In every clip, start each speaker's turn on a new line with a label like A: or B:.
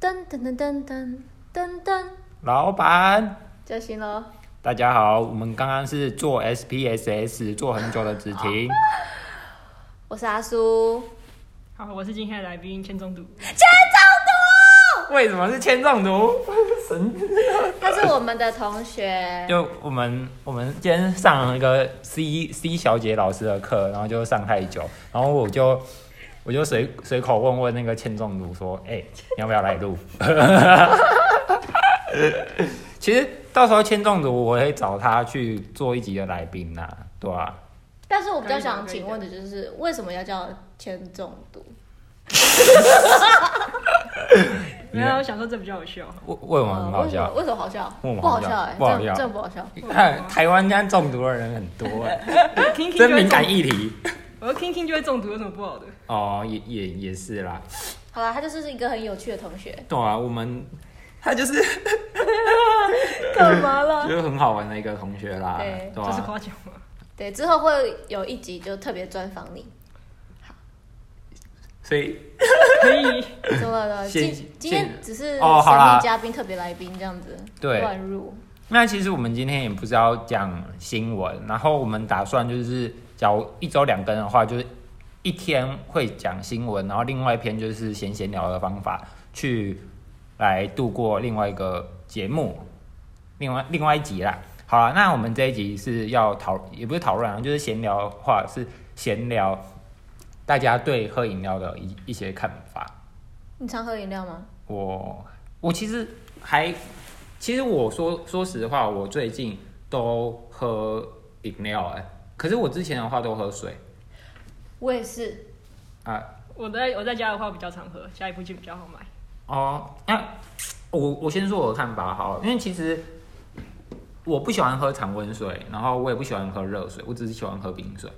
A: 噔噔噔噔噔噔噔，
B: 老板，
A: 就行喽。
B: 大家好，我们刚刚是做 SPSS 做很久的子婷，
A: 我是阿苏，
C: 好，我是今天的来宾千中毒。
B: 为什么是铅中毒？神！
A: 他是我们的同学。
B: 就我们我们今天上了一个 C C 小姐老师的课，然后就上太久，然后我就我就随随口问问那个铅中毒说，哎、你要不要来录？ 其实到时候铅中毒我会找他去做一集的来宾啦、对吧、
A: 但是我比较想请问的就是，为什么要叫铅中毒？
C: 没有，我想说这比较 有笑。
B: 为为什么很哦好笑
A: 呃？为什么为什么好笑？
B: 为什么
A: 不好
B: 好
A: 笑
B: 笑
A: 哎，
B: 不好
A: 这
B: 笑
A: 样这样不好笑。
B: 你看台湾现在中毒的人很多、哎，
C: 听听
B: 真
C: 就会
B: 敏感
C: 中
B: 议题。
C: 毒，我说听听就会中毒，有什么不好的？
B: 哦，也也也是啦，
A: 好啦，他就是一个很有趣的同学。
B: 对啊，我们他就是
A: 干嘛啦？
B: 就是很好玩的一个同学啦，
A: 对
B: 对
C: 这是
B: 啊？
C: 夸奖吗？
A: 对，之后会有一集就特别专访你。
B: 所以
C: 可以，
A: 怎么了？
B: 谢
A: 今今天只是神
B: 哦好啦
A: 秘嘉宾、特别来宾这样子
B: 对
A: 乱入。
B: 那其实我们今天也不是要讲新闻，然后我们打算就是，假如一周两更的话，就是一天会讲新闻，然后另外一篇就是闲闲聊的方法去来度过另外一个节目，另外另外一集啦。好了，那我们这一集是要讨，也不是讨论啊，就是闲聊的话是闲聊大家对喝饮料的一一些看法。
A: 你常喝饮料吗？
B: 我我其实还，其实我说说实话，我最近都喝饮料哎、可是我之前的话都喝水
A: 我也是。
B: 啊
C: 我在我在家的话比较常喝，下一步就比较好买。
B: 哦，那、我我先说我的看法好了，因为其实我不喜欢喝常温水，然后我也不喜欢喝热水，我只是喜欢喝冰水。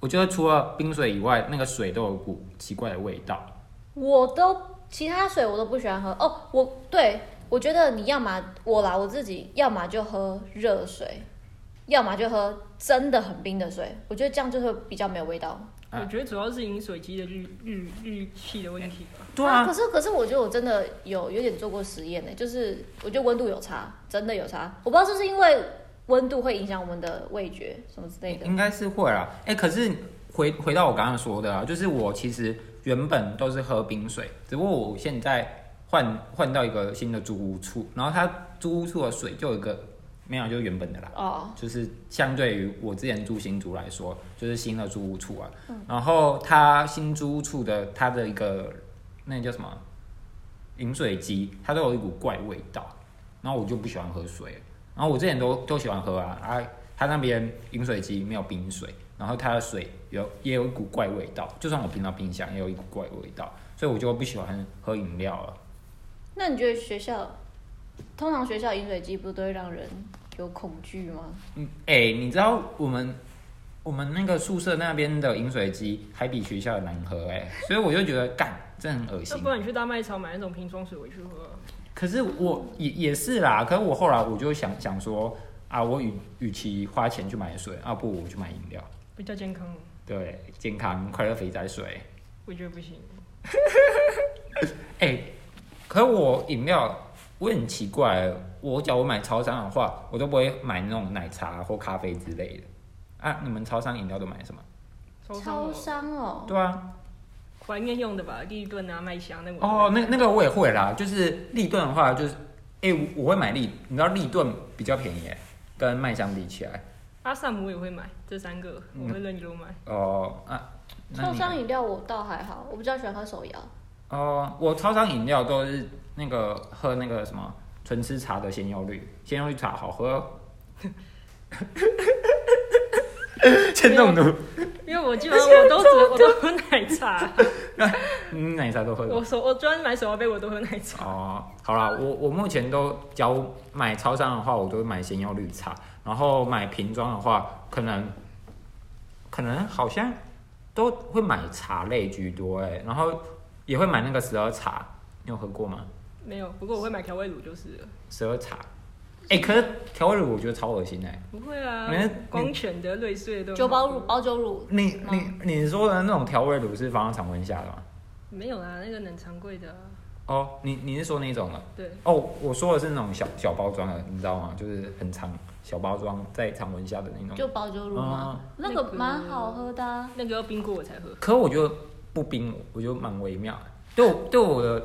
B: 我觉得除了冰水以外，那个水都有股奇怪的味道。
A: 我都其他水我都不喜欢喝哦。我对我觉得你要么我啦，我自己要么就喝热水，要么就喝真的很冰的水。我觉得这样就会比较没有味道。
B: 啊
C: 我觉得主要是饮水机的滤滤滤器的问题吧。
B: 对啊
A: 啊可，是可是我觉得我真的有有点做过实验呢、欸就是我觉得温度有差，真的有差。我不知道是不是因为温度会影响我们的味觉什么之类的。
B: 应该是会啦。哎、可是回回到我刚刚说的啊，就是我其实原本都是喝冰水，只不过我现在换换到一个新的租屋处，然后它租屋处的水就有一个没有，就是原本的啦。
A: 哦，
B: 就是相对于我之前住新竹来说，就是新的租屋处啊，然后它新租屋处的它的一个那叫什么饮水机，它都有一股怪味道，然后我就不喜欢喝水了，然后我之前都都喜欢喝啊，啊，它那边饮水机没有冰水，然后它的水有也有一股怪味道，就算我冰到冰箱也有一股怪味道，所以我就不喜欢喝饮料了。
A: 那你觉得学校通常学校饮水机不是都会让人有恐惧吗？
B: 嗯，哎、你知道我们我们那个宿舍那边的饮水机还比学校的难喝哎、所以我就觉得干，这很恶
C: 要
B: 心
C: 不。然你去大卖场买那种瓶装水回去喝啊、
B: 可是我也也是啦，可是我后来我就想想说啊，我与与其花钱去买水，啊不，我去买饮料，
C: 比较健康。
B: 对，健康快乐肥仔水。
C: 我觉得不行，
B: 哎、可我饮料我很奇怪，我假如买超商的话，我都不会买那种奶茶或咖啡之类的。啊，你们超商饮料都买什么？
A: 超
C: 超商
A: 商哦，
B: 对啊，
C: 怀念用的吧，立顿啊、麦香那种。
B: 哦，那那个我也会啦，就是立顿的话，就是，哎、我我会买立，你知道立顿比较便宜耶，跟麦香比起来，
C: 阿萨姆我也会买，这三个
B: 嗯
C: 我会轮流买。
B: 哦啊，那
A: 超
B: 你
A: 商饮料我倒还好，我比较喜欢喝手摇。
B: 哦，我超商饮料都是那个喝那个什么纯吃茶的鲜柚绿，鲜柚绿茶好喝哦。先中毒，
C: 因为我基 本上我都只我都喝奶茶，
B: 嗯，奶茶都喝过。
C: 我手我专门买手摇杯我都喝奶茶。
B: 哦，好啦，我我目前都，假如买超商的话，我都会买鲜柚绿茶，然后买瓶装的话，可能可能好像都会买茶类居多哎、然后也会买那个十二茶，你有喝过吗？
C: 没有，不过我会买调味乳就是了。
B: 十二茶，哎、可是调味乳我觉得超恶心哎、
C: 不会啊
B: 没，
C: 光泉的、瑞穗的都很好喝
A: 酒包
B: 嗯
A: 乳、包酒乳，
B: 你
A: 吗
B: 你你说的那种调味乳是放在常温下的吗？
C: 没有啦，那个冷藏柜的啊、
B: 哦，你你是说那种的？
C: 对，
B: 哦，我说的是那种小小包装的，你知道吗？就是很长小包装，在常温下的那种。
A: 就保酒乳
B: 哦
A: 嘛，那
C: 那
A: 个
C: 个
A: 蛮好喝的、啊。
C: 那个要冰过我才喝。
B: 可我觉得不冰，我觉得蛮微妙。对我对我的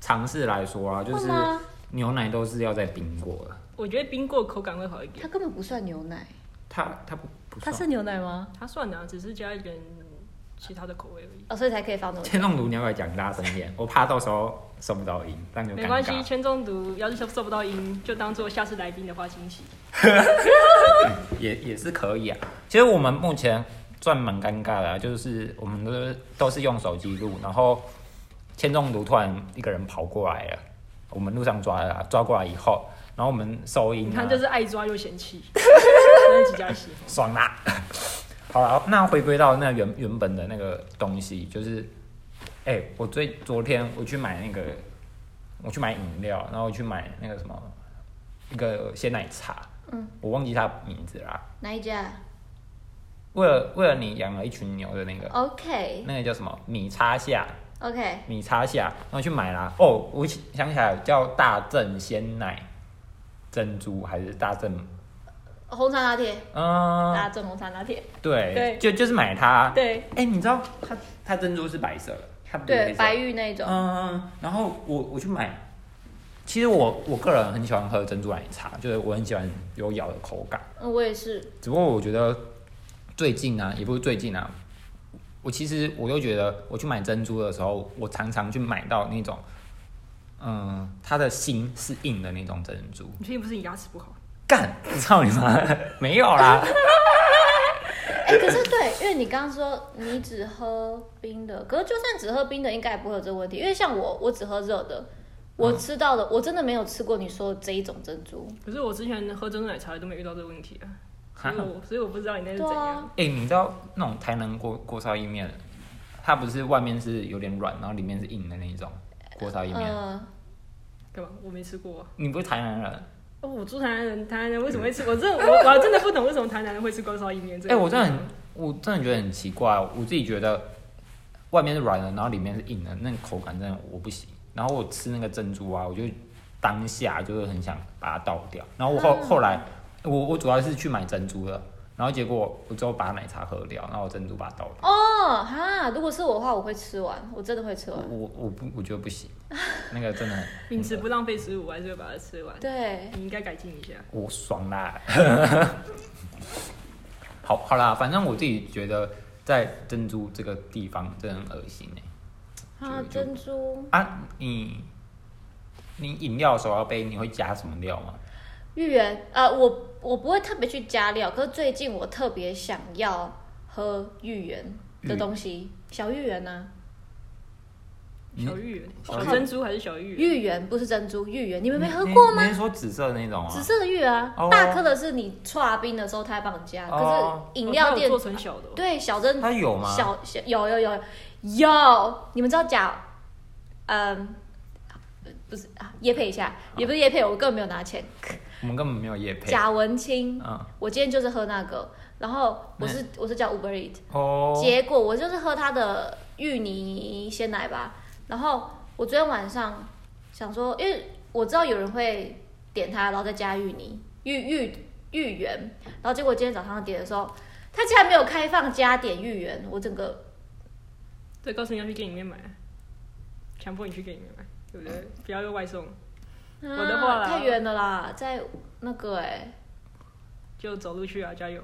B: 尝试来说啊，就
A: 会
B: 是
A: 吗？
B: 牛奶都是要再冰过的，
C: 我觉得冰过口感会好一点
A: 它。根本不算牛奶，
B: 它它不不
A: 它
B: 算。
A: 是牛奶吗？
C: 它算啊，只是加一点其他的口味而已。
A: 哦，所以才可以放这么久。
B: 千重炉，你要不要讲大声一点？我怕到时候收不到音，这样就尴尬。
C: 没关系，全中毒要是收不到音，就当做下次来宾的话惊喜。
B: 也也是可以啊。其实我们目前算蛮尴尬的、啊，就是我们都是都是用手机录，然后千中毒突然一个人跑过来了，我们路上抓了、啊，抓过来以后，然后我们收音、啊，
C: 你看，这是爱抓又嫌 弃，真的几家喜欢。
B: 爽啦。 好了，那回归到那原原本的那个东西，就是，哎、我最昨天我去买那个，我去买饮料，然后我去买那个什么，一个鲜奶茶，
A: 嗯，
B: 我忘记它名字啦。
A: 哪一家
B: 为了为了你养了一群牛的那
A: 哎
B: 个，
A: ？OK
B: 那个叫什么米叉夏，
A: OK，
B: 米叉夏，然后去买啦。哦，我想起来了叫大正鲜奶珍珠还是大正，
A: 红茶拿铁，
B: 嗯、
A: 大正红茶拿铁，
B: 对，
C: 对
B: 就就是买它。
A: 对
B: 哎、你知道它它珍珠是白色的，它不是黑
A: 对，
B: 色
A: 白玉那种。
B: 嗯，然后我我去买，其实我我个人很喜欢喝珍珠奶茶，就是我很喜欢有咬的口感。
A: 嗯，我也是。
B: 只不过我觉得最近啊，也不是最近啊，我其实我又觉得我去买珍珠的时候，我常常去买到那种，嗯，它的心是硬的那种珍珠。
C: 你确定不是你牙齿不好？
B: 干，操你妈！ 没有啦，
A: 哎、可是对，因为你刚刚说你只喝冰的，可是就算只喝冰的，应该也不会有这个问题。因为像我，我只喝热的，我
B: 嗯
A: 吃到的，我真的没有吃过你说的这一种珍珠。
C: 可是我之前喝珍珠奶茶都没遇到这个问题啊，所
B: 哈
C: 以我所以我不知道你那是怎
A: 对
C: 样
A: 啊。
B: 哎、你知道那种台南锅锅烧意面，它不是外面是有点软，然后里面是硬的那一种锅烧意面？
A: 嗯，
C: 干嘛？我没吃过啊。
B: 你不是台南人？
C: 哦，我住台南人，台南人为什么会吃？我真的我我还真的不懂为什么台南人会吃锅烧意面。这
B: 哎、
C: 个
B: 我真的很，我真的觉得很奇怪。我自己觉得外面是软的，然后里面是硬的，那个口感真的我不行。然后我吃那个珍珠啊，我就当下就是很想把它倒掉。然后我后、
A: 嗯
B: 后来，我我主要是去买珍珠的，然后结果我之后把奶茶喝掉，然后我珍珠把它倒掉。
A: 哦哈，如果是我的话，我会吃完，我真的会吃完。
B: 我我我不我觉得不行，那个真的很
C: 秉持不浪费食物，我还是会把它吃完。
A: 对，
C: 你应该改进一下。
B: 我爽啦！ 好好啦，反正我自己觉得在珍珠这个地方真的很恶心哎、
A: 啊，
B: 就
A: 珍珠
B: 啊，你你饮料的手摇杯你会加什么料吗？
A: 芋圆，呃，我我不会特别去加料，可是最近我特别想要喝芋圆的东西，小芋圆啊呢、
B: 你
C: 小芋圆，
B: 嗯小
C: 小
B: 芋
C: 珍珠还是小芋圆？
A: 芋圆不是珍珠，芋圆你们没喝
B: 你
A: 过吗
B: 你？是说紫色的那种吗？
A: 紫色的芋圆啊，
B: 哦
A: 大颗的是你搓冰的时候他还帮你加，
B: 哦
A: 可是饮料
C: 哦它有
A: 店、
C: 做成小的哦，
A: 对小珍
B: 它有吗？
A: 小小有有有有，你们知道假，嗯，不是啊，叶配一下，也不是叶配，我根本没有拿钱，
B: 我们根本没有夜配。
A: 贾文清，
B: 嗯
A: 我今天就是喝那个，然后我是、我是叫 Uber Eat，
B: 哦，
A: 结果我就是喝他的芋泥鲜奶吧，然后我昨天晚上想说，因为我知道有人会点它，然后再加芋泥、芋芋芋圆，然后结果今天早上点的时候，它竟然没有开放加点芋圆，我整个
C: 对，告诉你要去店里面买，强迫你去店里面买，对不对？不要用外送，我的话啦
A: 啊太远了啦，在那个哎、
C: 就走路去啊，加油！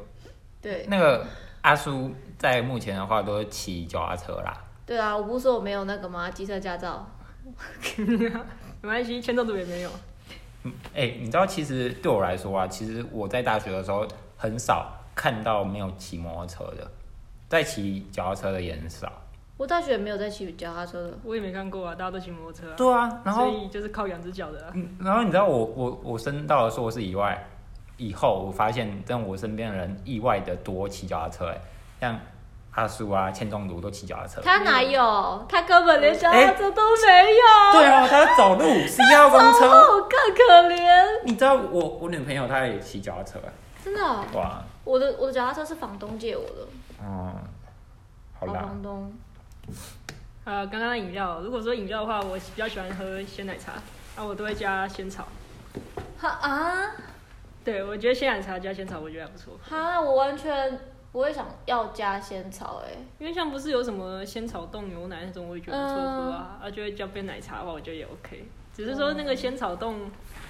A: 对
B: 那个阿叔在目前的话都是骑脚踏车啦。
A: 对啊，我不是说我没有那个吗？机车驾照，
C: 没关系，签中毒也没有。
B: 嗯，哎、你知道其实对我来说啊，其实我在大学的时候很少看到没有骑摩托车的，在骑脚踏车的也很少。
A: 我大学也没有在骑脚踏车的。
C: 我也没看过啊，大家都骑摩托车、啊，
B: 对啊，然后
C: 所以就是靠两只脚的、啊。
B: 嗯，然后你知道我我我升到了硕士以外，以后我发现，但我身边的人意外的多骑脚踏车、欸，像阿叔啊、千钟如都骑脚踏车。
A: 他哪有？他根本连脚踏车都没有。
B: 对哦，他走路私家公车。
A: 哦，更可怜，
B: 你知道我我女朋友她也骑脚踏车、欸，
A: 真的哦、
B: 哇，
A: 我的我的脚踏车是房东借我的，
B: 嗯，好
A: 老
B: 啦，
A: 房东。
C: 呃，刚刚的饮料，如果说饮料的话，我比较喜欢喝鲜奶茶，那、我都会加仙草。
A: 哈啊
C: 对，我觉得鲜奶茶加仙草，我觉得还不错。
A: 哈，我完全不会想要加仙草哎、
C: 因为像不是有什么仙草冻牛奶那种，我也觉得不错喝啊，
B: 嗯
C: 啊就会加杯奶茶的话，我觉得也 OK。只是说那个仙草冻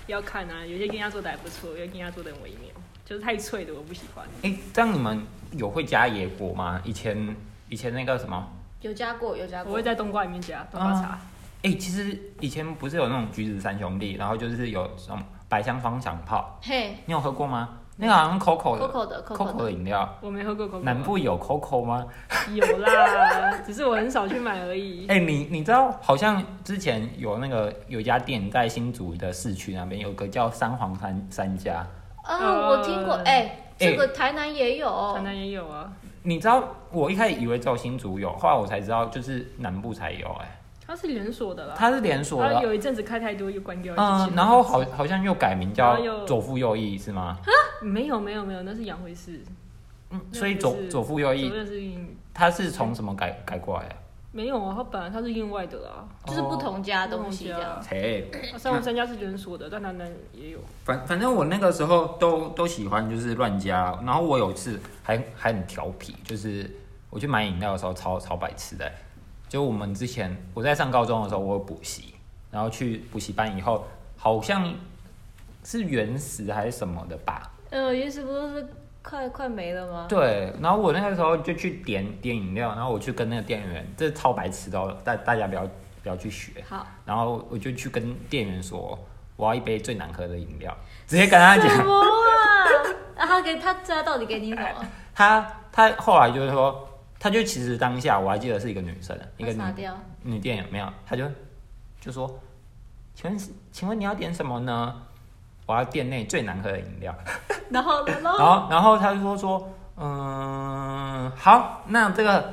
C: 要看啊，有些跟鸭做的还不错，有些跟鸭做的很微妙，就是太脆的我不喜欢。
B: 哎、这样你们有会加野果吗？以前以前那个什么，
A: 有加过有加
C: 我
A: 过
C: 会，在冬瓜里面加冬瓜茶，
B: 哎、其实以前不是有那种橘子三兄弟，然后就是有什么百香方响炮，
A: 嘿
B: 你有喝过吗？那个好像 Coco 的
A: ，Coco 的
B: Coco
A: Coco
B: 的
A: 的，
B: 饮料，
C: 我没喝过可可。
B: 南部有 Coco 吗？
C: 有啦，只是我很少去买而 已。
B: 哎、你你知道，好像之前有那个有一家店在新竹的市区那边，有个叫三皇三三家。
A: 啊，我听过
C: 呃
A: 哎、这个台南也有，哦
B: 哦
C: 台南也有啊，
B: 你知道，我一开始以为只有新竹有，后来我才知道就是南部才有、哎，
C: 它是连锁的啦。
B: 它是连锁
C: 啊它
B: 的，啊
C: 有一阵子开太多又关掉。一直
B: 嗯，
C: 起
B: 然后好好像又改名
C: 然
B: 叫
C: 后又
B: 左副右翼是 吗？
C: 没有没有没有，那是养回事。
B: 嗯，
C: 那
B: 所以
C: 就
B: 左
C: 是
B: 左副右
C: 左
B: 翼
C: 边是运
B: 它是从什么改改过来的？
C: 没有啊，它本来它是运外的啦。
A: 就是不同家的东西这样。
C: 啊
B: 嘿，
C: 三五三家是连锁的，但南南也有。
B: 反反正我那个时候都都喜欢就是乱加，然后我有一次还还很调皮，就是我去买饮料的时候超超白痴的、就我们之前我在上高中的时候，我有补习，然后去补习班以后，好像是原石还是什么的吧，
A: 呃，原始不都是快快没了吗？
B: 对，然后我那个时候就去点点饮料，然后我去跟那个店员，这超白痴的哦，大大家不要不要去学。
A: 好，
B: 然后我就去跟店员说，我要一杯最难喝的饮料，直接跟他
A: 什
B: 讲。
A: 么啊？啊，他给他家到底给你什
B: 哎
A: 么？
B: 他他后来就是说，他就其实当下我还记得是一个女生，一个
A: 他傻
B: 女
A: 掉。
B: 女店员没有，他就就说，请问请问你要点什么呢？我要店内最难喝的饮料。
A: 然后，然
B: 然
A: 后，
B: 后然后他就说说，嗯，好，那这个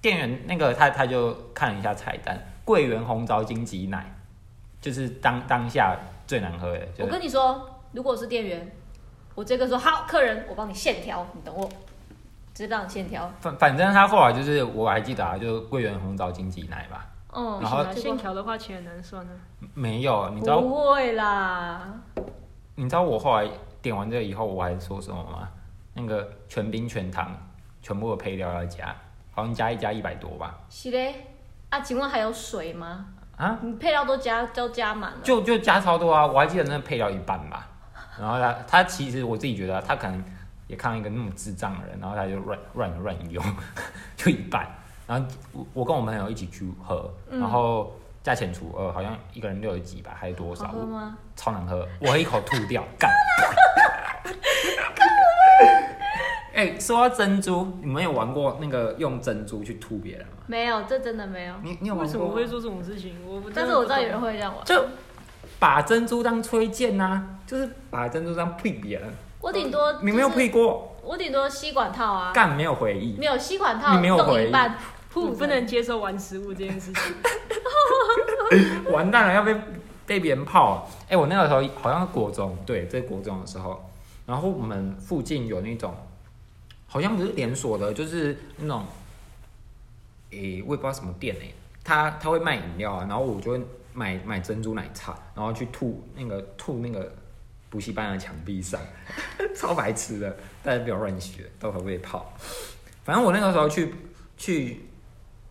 B: 店员那个他他就看了一下菜单，桂圆红糟金桔奶，就是当当下最难喝的，就
A: 我
B: 是
A: 跟你说，如果我是店员，我这个说好，客人，我帮你现调，你等我，直接帮你现调。
B: 反反正他后来就是我还记得啊，就是桂圆红糟金桔奶吧，
A: 嗯，
B: 然后
A: 结
C: 哦线
A: 果
C: 条的话钱很难算啊。
B: 没有，你知道
A: 不会啦，
B: 你知道我后来点完这个以后我还说什么吗？那个全冰全糖全部的配料要加，好像加一加一百多吧，
A: 是嘞。啊，请问还有水吗？
B: 啊。
A: 你配料都加都加满了，
B: 就就加超多啊！我还记得那配到一半吧。然后他他其实我自己觉得他可能也看到一个那么智障的人，然后他就乱乱乱用， 就一半。然后我我跟我朋友一起去喝，然后价钱除二，好像一个人六十几吧，还是多
A: 好
B: 少？
A: 喝吗？
B: 超难喝，我喝一口吐掉， 干。哎、说到珍珠，你们有玩过那个用珍珠去吐别人吗？
A: 没有，这真的没有。
B: 你你有玩过吗？
C: 为什么会做这种事情？我不
A: 但是我知道有人
C: 人
A: 会这样玩，
B: 就把珍珠当吹剑呐、就是把珍珠当配别人。
A: 我顶多
B: 你没有
A: 就是
B: 配过，
A: 我顶多吸管套啊，
B: 干没有回忆。
A: 没有吸管套，
B: 你没有
A: 弄
B: 回
A: 一
B: 忆
A: 半，
C: 不不能接受玩食物这件事情。
B: 完蛋了，要被被别人泡。哎、我那个时候好像是国中，对，在国中的时候，然后我们附近有那种，好像不是连锁的，就是那种，诶、我也不知道什么店哎、他他会卖饮料啊，然后我就会买买珍珠奶茶，然后去吐那个吐那个补习班的墙壁上， 超白痴的，大家不要乱学，到时候被泡。反正我那个时候去去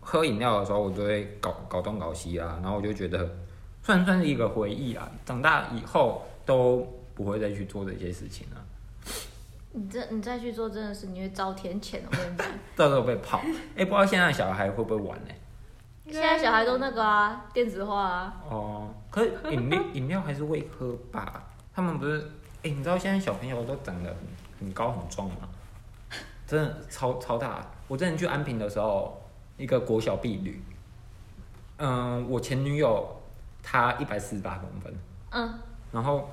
B: 喝饮料的时候，我就会搞搞东搞西啊，然后我就觉得算算是一个回忆啊。长大以后都不会再去做这些事情了、啊
A: 你这你再去做真的是你会遭天谴的，我跟你 讲。
B: 到时候被泡。 哎、不知道现在小孩会不会玩呢、
A: 现在小孩都那个啊，电子化啊，
B: 哦，可是饮料饮料还是会喝吧？他们不是哎、你知道现在小朋友都长得很很高很壮吗？真的超超大。我之前去安平的时候，一个国小婢女，嗯，我前女友她一百四十八公分。
A: 嗯，
B: 然后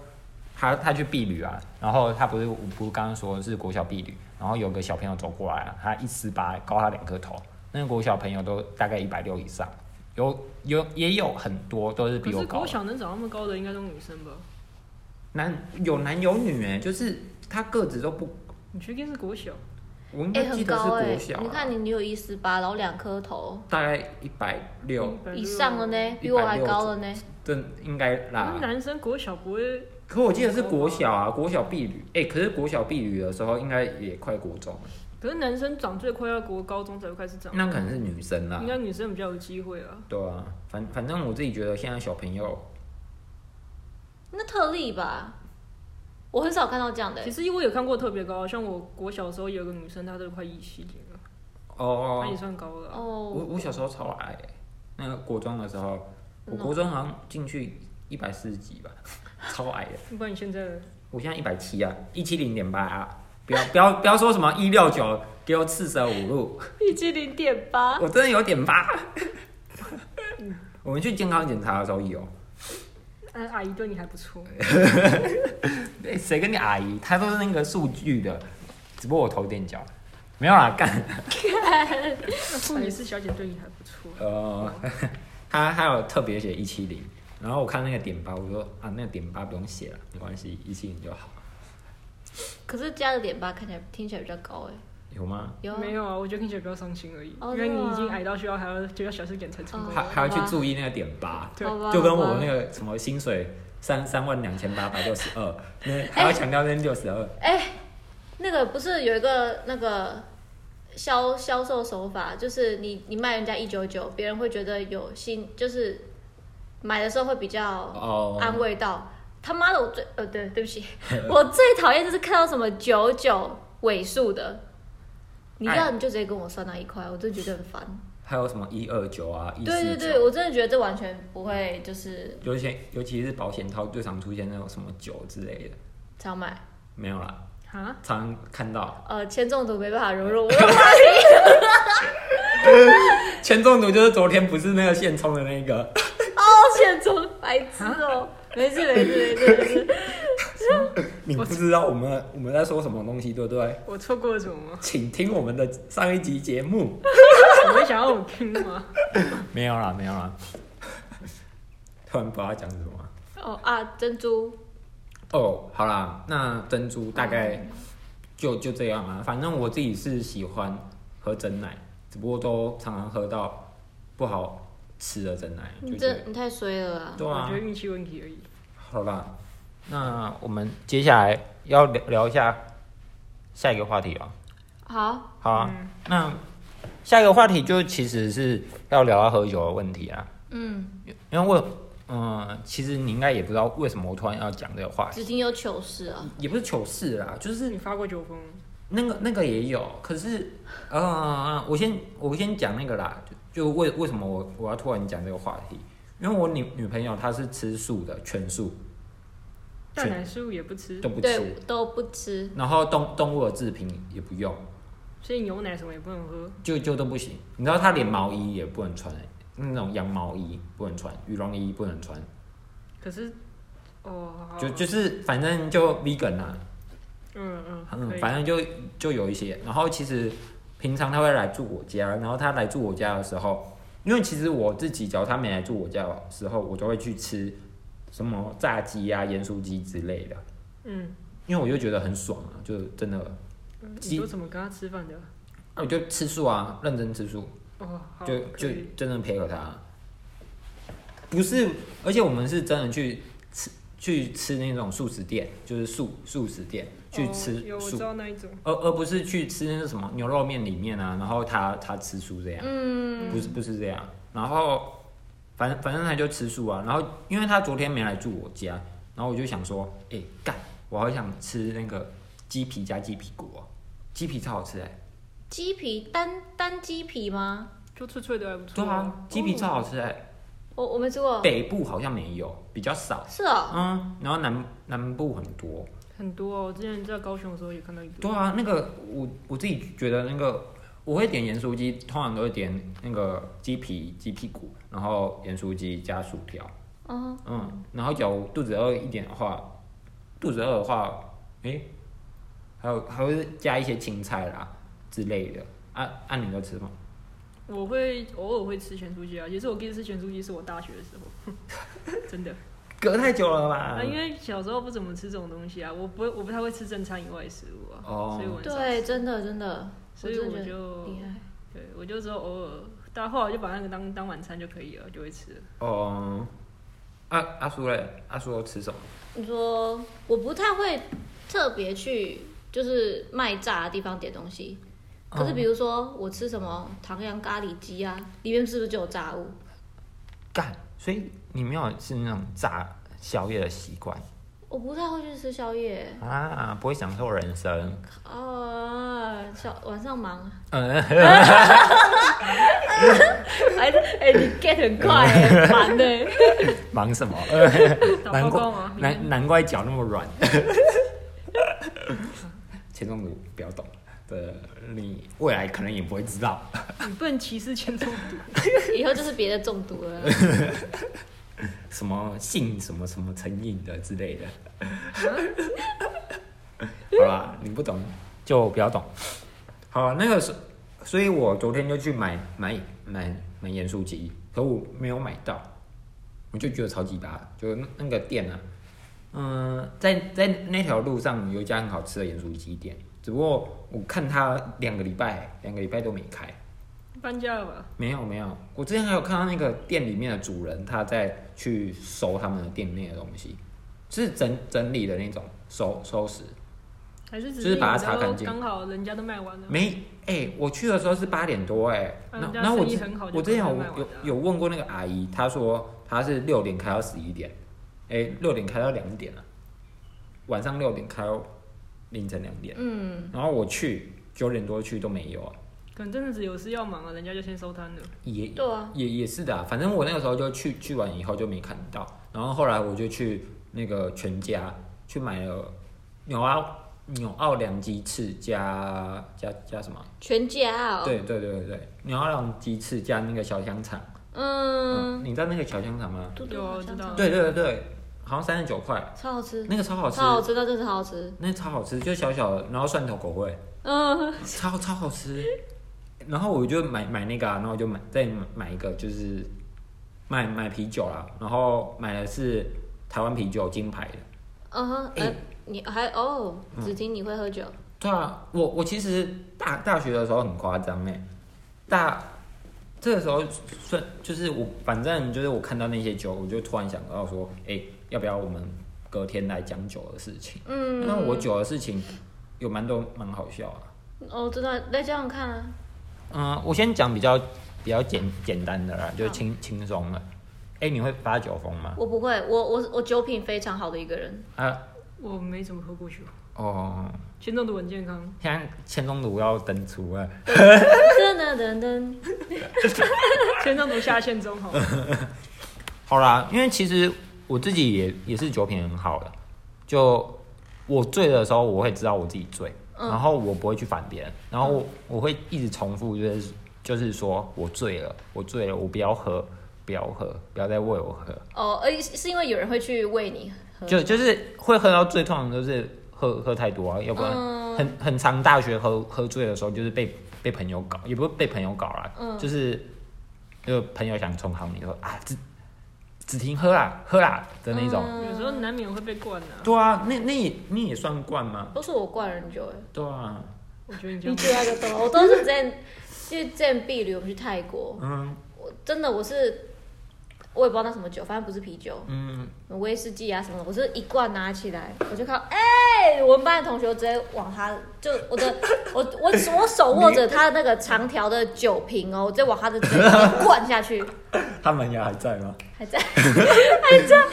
B: 他他去避旅啊，然后他不是我不是刚刚说是国小避旅，然后有个小朋友走过来啊，他一四八高他两个头，那个国小朋友都大概一百六以上，有有也有很多都是
C: 可
B: 比我
C: 是
B: 高啊
C: 国
B: 的，
C: 小能长那么高的，应该都女生吧？
B: 男有男有女哎、就是他个子都不
C: 你确定是国小？
B: 我应
A: 哎、
B: 该记
A: 很
B: 得是
A: 高哎、
B: 国小啊、
A: 你看你你有一四八，然后两颗头
B: 大概一百六，
A: 以上了呢，比
B: 160
A: 我还高了呢。
B: 这应该啦
C: 那。男生国小不会，
B: 可我记得是国小啊，国小避旅，哎、可是国小避旅的时候应该也快国中了，
C: 可是男生长最快要国高中才会开始长，
B: 那可能是女生啦
C: 应。该女生比较有机会啊。
B: 对啊，反反正我自己觉得现在小朋友，
A: 那特例吧，我很少看到这样的、欸
C: 其实我有看过特别高，像我国小的时候有个女生，她都快一七零了，她也
B: 哦，
C: 算高了啊。
B: 我
A: 哦，
B: 我小时候超矮、那个国中的时候，我
A: 真的哦
B: 国中好像进去一百四十几吧， 超矮的。
C: 不然你现在
B: 我现在一百七啊，一七零点八啊，不要不要不要说什么一六九，给我四舍五入，
A: 一七零点八，
B: 我真的有点八。 我们去健康检查的时候有，
C: 啊阿姨对你还不错，
B: 哎谁跟你阿姨？她都是那个数据的，只不过我头点脚，没有啦，干。
A: 嗯
C: 护理师小姐对你还不错。
B: 呃， 他还有特别写一七零，然后我看那个点八，我说啊，那个点八不用写了，没关系，一七零就好。
A: 可是加了点八，看起来听起来比较高哎、
B: 有吗？
A: 有啊
C: 没？有啊，我觉得听起来比较伤心而已，
A: 哦
C: 因为
A: 真的
C: 你
A: 吗
C: 已经矮到需要还要就要小事点才成功
A: 哦。
B: 还还要去注意那个点八，
C: 对
A: 好吧
B: 就跟
A: 好吧
B: 我那个什么薪水三三万两千八百六十二，那还要强调那六十二。
A: 哎、那个不是有一个那个销销售手法，就是你你卖人家一九九，别人会觉得有心，就是买的时候会比较
B: 哦，
A: 安慰到。他妈的，我最呃对，对不起， 我最讨厌就是看到什么九九尾数的，你
B: 哎
A: 要你就直接跟我算那一块，我真的觉得很烦。
B: 还有什么一二九啊，一
A: 对对
B: 四
A: 对，
B: 九。
A: 我真的觉哎得这完全不会就是
B: 尤其尤其是保险套最常出现那种什么酒之类的，
A: 常买，
B: 没有啦，
C: 啊，
B: 常看到
A: 呃，铅中毒没办法融入我的
B: 前中毒就是昨天不是那个现充的那个，
A: 哦，现充白痴 哦、没事没事没事没事。
B: 你不知道我们我们在说什么东西对不对？
C: 我错过了什么吗？
B: 请听我们的上一集节目。
C: 你会想要我听吗？
B: 没有啦，没有啦。突然不知道讲什么。
A: 哦啊，珍珠
B: 哦，好啦，那珍珠大概就就这样啊。反正我自己是喜欢喝真奶，只不过都常常喝到不好吃的真奶，就
A: 你
B: 觉
A: 这
B: 得
A: 你太衰了啦！
B: 对
C: 我
B: 啊
C: 觉得。运气问题而已。
B: 好啦，那我们接下来要聊聊一下下一个话题啊。
A: 好，
B: 好啊，
C: 嗯
B: 那下一个话题就其实是要聊到喝酒的问题啊，
A: 嗯，
B: 因为我，嗯、其实你应该也不知道为什么我突然要讲这个话题，
A: 只听有糗事啊，
B: 也不是糗事啦，就是
C: 你发过酒疯？
B: 那个那个也有，可是，呃，我先我先讲那个啦，就就为为什么我我要突然讲这个话题，因为我女女朋友她是吃素的，全素
C: 蛋奶素也不吃
B: 都，不
A: 对
B: 吃，，
A: 都不吃，
B: 然后动动物的制品也不用，
C: 所以牛奶什么也不能喝。
B: 就就都不行。你知道她连毛衣也不能穿、那种羊毛衣不能穿，羽绒衣不能穿，
C: 可是，哦，好
B: 就就是反正就 vegan 啦、
C: 嗯嗯，
B: 嗯
C: 可，以。
B: 反正就就有一些。然后其实平常他会来住我家，然后他来住我家的时候，因为其实我自己只要他没来住我家的时候，我都会去吃什么炸鸡啊、盐酥鸡之类的，
C: 嗯，
B: 因为我就觉得很爽啊，就真的，
C: 你都怎么跟他吃饭的？
B: 啊我就吃素啊，认真吃素，
C: 哦，好，
B: 就
C: 可
B: 就
C: 以
B: 真的配合他。不是，而且我们是真的去吃去吃那种素食店，就是素素食店去
C: 哦
B: 吃
C: 有我
B: 素
C: 知道那一种，
B: 而而不是去吃那个什么牛肉面里面啊，然后他他吃素这样，
A: 嗯，
B: 不是不是这样，然后反正反正他就吃素啊，然后因为他昨天没来住我家，然后我就想说，哎、干，我好想吃那个鸡皮加鸡屁股哦，鸡皮超好吃哎、
A: 鸡皮单单鸡皮吗？
C: 就脆脆的还不错。
B: 对啊，鸡皮超好吃哎、
A: 我我没吃过，
B: 北部好像没有，比较少，
A: 是哦，
B: 嗯，然后南南部很多，
C: 很多哦，我之前在高雄的时候也看到一
B: 对
C: 堆。
B: 啊，那个我我自己觉得那个我会点盐酥鸡，通常都会点那个鸡皮、鸡屁股，然后盐酥鸡加薯条，
A: 嗯，
B: 嗯，然后假如肚子饿一点的话，肚子饿的话，诶、还有还会加一些青菜啦之类的。啊啊，你都吃吗？
C: 我会偶尔会吃全猪鸡啊，其实我第一次吃全猪鸡是我大学的时候， 真的。
B: 隔太久了吧
C: 啊，？因为小时候不怎么吃这种东西啊，我不会我不太会吃正餐以外的食物啊，
B: 哦
C: 所以我很少吃
A: 对，真的真的，
C: 所以
A: 真
C: 我
A: 的觉得
C: 就
A: 厉害。
C: 对我就只有偶尔，但后来就把那个当当晚餐就可以了，就会吃了。
B: 哦、阿阿叔嘞，阿叔都吃什么？
A: 你说我不太会特别去就是卖炸的地方点东西，可是比如说我吃什么唐扬咖喱鸡啊，里面是不是就有炸物？
B: 干，所以你没有是那种炸宵夜的习惯
A: 我不太会去吃宵夜
B: 啊，不会享受人生。
A: 啊，小晚上忙，啊
B: 嗯，
A: 还是 哎、你 get 很快、欸，忙的、
B: 忙 什么？
C: 打
B: 难
C: 报
B: 怪
C: 告吗？明天
B: 难难怪脚那么软。 钱钟儒不要懂的，你未来可能也不会知道。
C: 你不能歧视前中毒。
A: 以后就是别的中毒了。
B: 什么性什么什么成瘾的之类的。 好啦，你不懂就不要懂。好，那个是，所以我昨天就去买买买买盐酥鸡，可我没有买到，我就觉得超级搭，就那那个店啊，嗯、在在那条路上有一家很好吃的盐酥鸡店，只不过我看它两个礼拜两个礼拜都没开。
C: 搬家了吧？
B: 没有没有，我之前还有看到那个店里面的主人他在去收他们的店内的东西，是整整理的那种收收拾。
C: 还是只
B: 就是把它
C: 你
B: 擦
C: 都
B: 干净
C: 刚好人家都卖完了。
B: 没，哎、我去的时候是八点多、哎，
C: 啊
B: 那
C: 人家
B: 那我
C: 生意
B: 之
C: 很好就
B: 我之前
C: 不
B: 有
C: 会卖完
B: 有
C: 的啊
B: 有问过那个阿姨，她说她是六点开到十一点，哎、六点开到两点啊，晚上六点开到凌晨两点，
A: 嗯，
B: 然后我去九点多去都没有啊，
C: 可能真的只有事要忙啊，人家就先收摊了。
B: 也
A: 对啊，
B: 也也是的啊、反正我那个时候就去去完以后就没看到，然后后来我就去那个全家去买了纽澳纽澳两鸡翅加加加什么？
A: 全家哦。
B: 对对对对对，纽澳两鸡翅加那个小香肠。
A: 嗯，
B: 嗯，你知道那个小香肠吗？
A: 嘟嘟
C: 有啊
A: 好
C: 我知
A: 像
C: 道嗯
B: 对对对对，好像三十九块，
A: 超好吃，
B: 那个超好吃
A: 超，好吃，那真的超好吃。
B: 那个超好吃，就小小的，然后蒜头口味，
A: 嗯，
B: 超超好吃。然后我就买买那个、啊，然后我就买再买一个，就是买买啤酒啦，然后买的是台湾啤酒金牌的。
A: 嗯哼，哎、
B: 哎
A: 你还哦，只听你会喝酒，
B: 对啊，我我其实大大学的时候很夸张哎，大这个时候算就是我反正就是我看到那些酒，我就突然想到说，哎、要不要我们隔天来讲酒的事情？
A: 嗯，
B: 那我酒的事情有蛮多蛮好笑啊。
A: 哦，真的，再这样看啊，
B: 嗯，我先讲比较比较简简单的啦，就轻轻松的。哎、你会发酒疯吗？
A: 我不会，我我我酒品非常好的一个人，
B: 啊，
C: 我没怎么喝过酒，
B: 哦，
C: 先中毒很健康。
B: 现在千钟毒要登出啊了。
A: 噔噔噔噔，
C: 先中毒下线中好了，
B: 好啦，因为其实我自己也也是酒品很好的，就我醉的时候，我会知道我自己醉，
A: 嗯
B: 然后我不会去烦别人，然后我我会一直重复，就是就是说我醉了，我醉了，我不要喝，不要喝，不要再喂我喝。
A: 哦，呃，是是因为有人会去喂你喝，
B: 就就是会喝到醉，通常都是喝喝太多啊，要不然
A: 嗯
B: 很很常大学喝喝醉的时候，就是被被朋友搞，也不是被朋友搞啦，
A: 嗯
B: 就是就朋友想冲康你说啊，只只停喝啦，喝啦的那种。
A: 嗯
C: 有时候难免会被灌啊。
B: 对啊，那那也你也算惯吗？
A: 都是我灌人酒哎，
B: 对啊，
C: 我觉得你这
A: 你
C: 样
A: 就那个懂，我都是之前去之前避旅，我们去泰国，
B: 嗯
A: 我真的我是。我也不知道那什么酒，反正不是啤酒，
B: 嗯，
A: 威士忌啊什么的，我是一罐拿起来，我就看到，哎、我们班的同学直接往他，就我的，我我我手握着他那个长条的酒瓶哦，我直接往他的嘴里灌下去，
B: 他门牙还在吗？
A: 还在， 还在，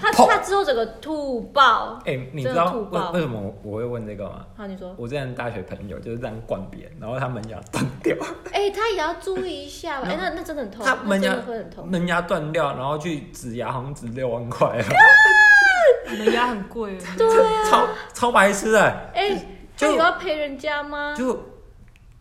A: 他他之后整个吐爆。
B: 哎、你知
A: 真的
B: 道
A: 吐
B: 为
A: 爆
B: 为什么我我会问这个吗？
A: 好，你说，
B: 我之前大学朋友就是这样灌别人，然后他门牙断掉。
A: 哎、他也要注意一下吧，哎、那那真的很痛，
B: 他
A: 那
B: 门
A: 真
B: 牙
A: 的会很痛。
B: 门牙断掉，然后去植牙，好像值六万块，啊
C: 人家很贵，
A: 对啊，
B: 超超白痴的。
A: 哎、他
B: 就
A: 有要陪人家吗？
B: 就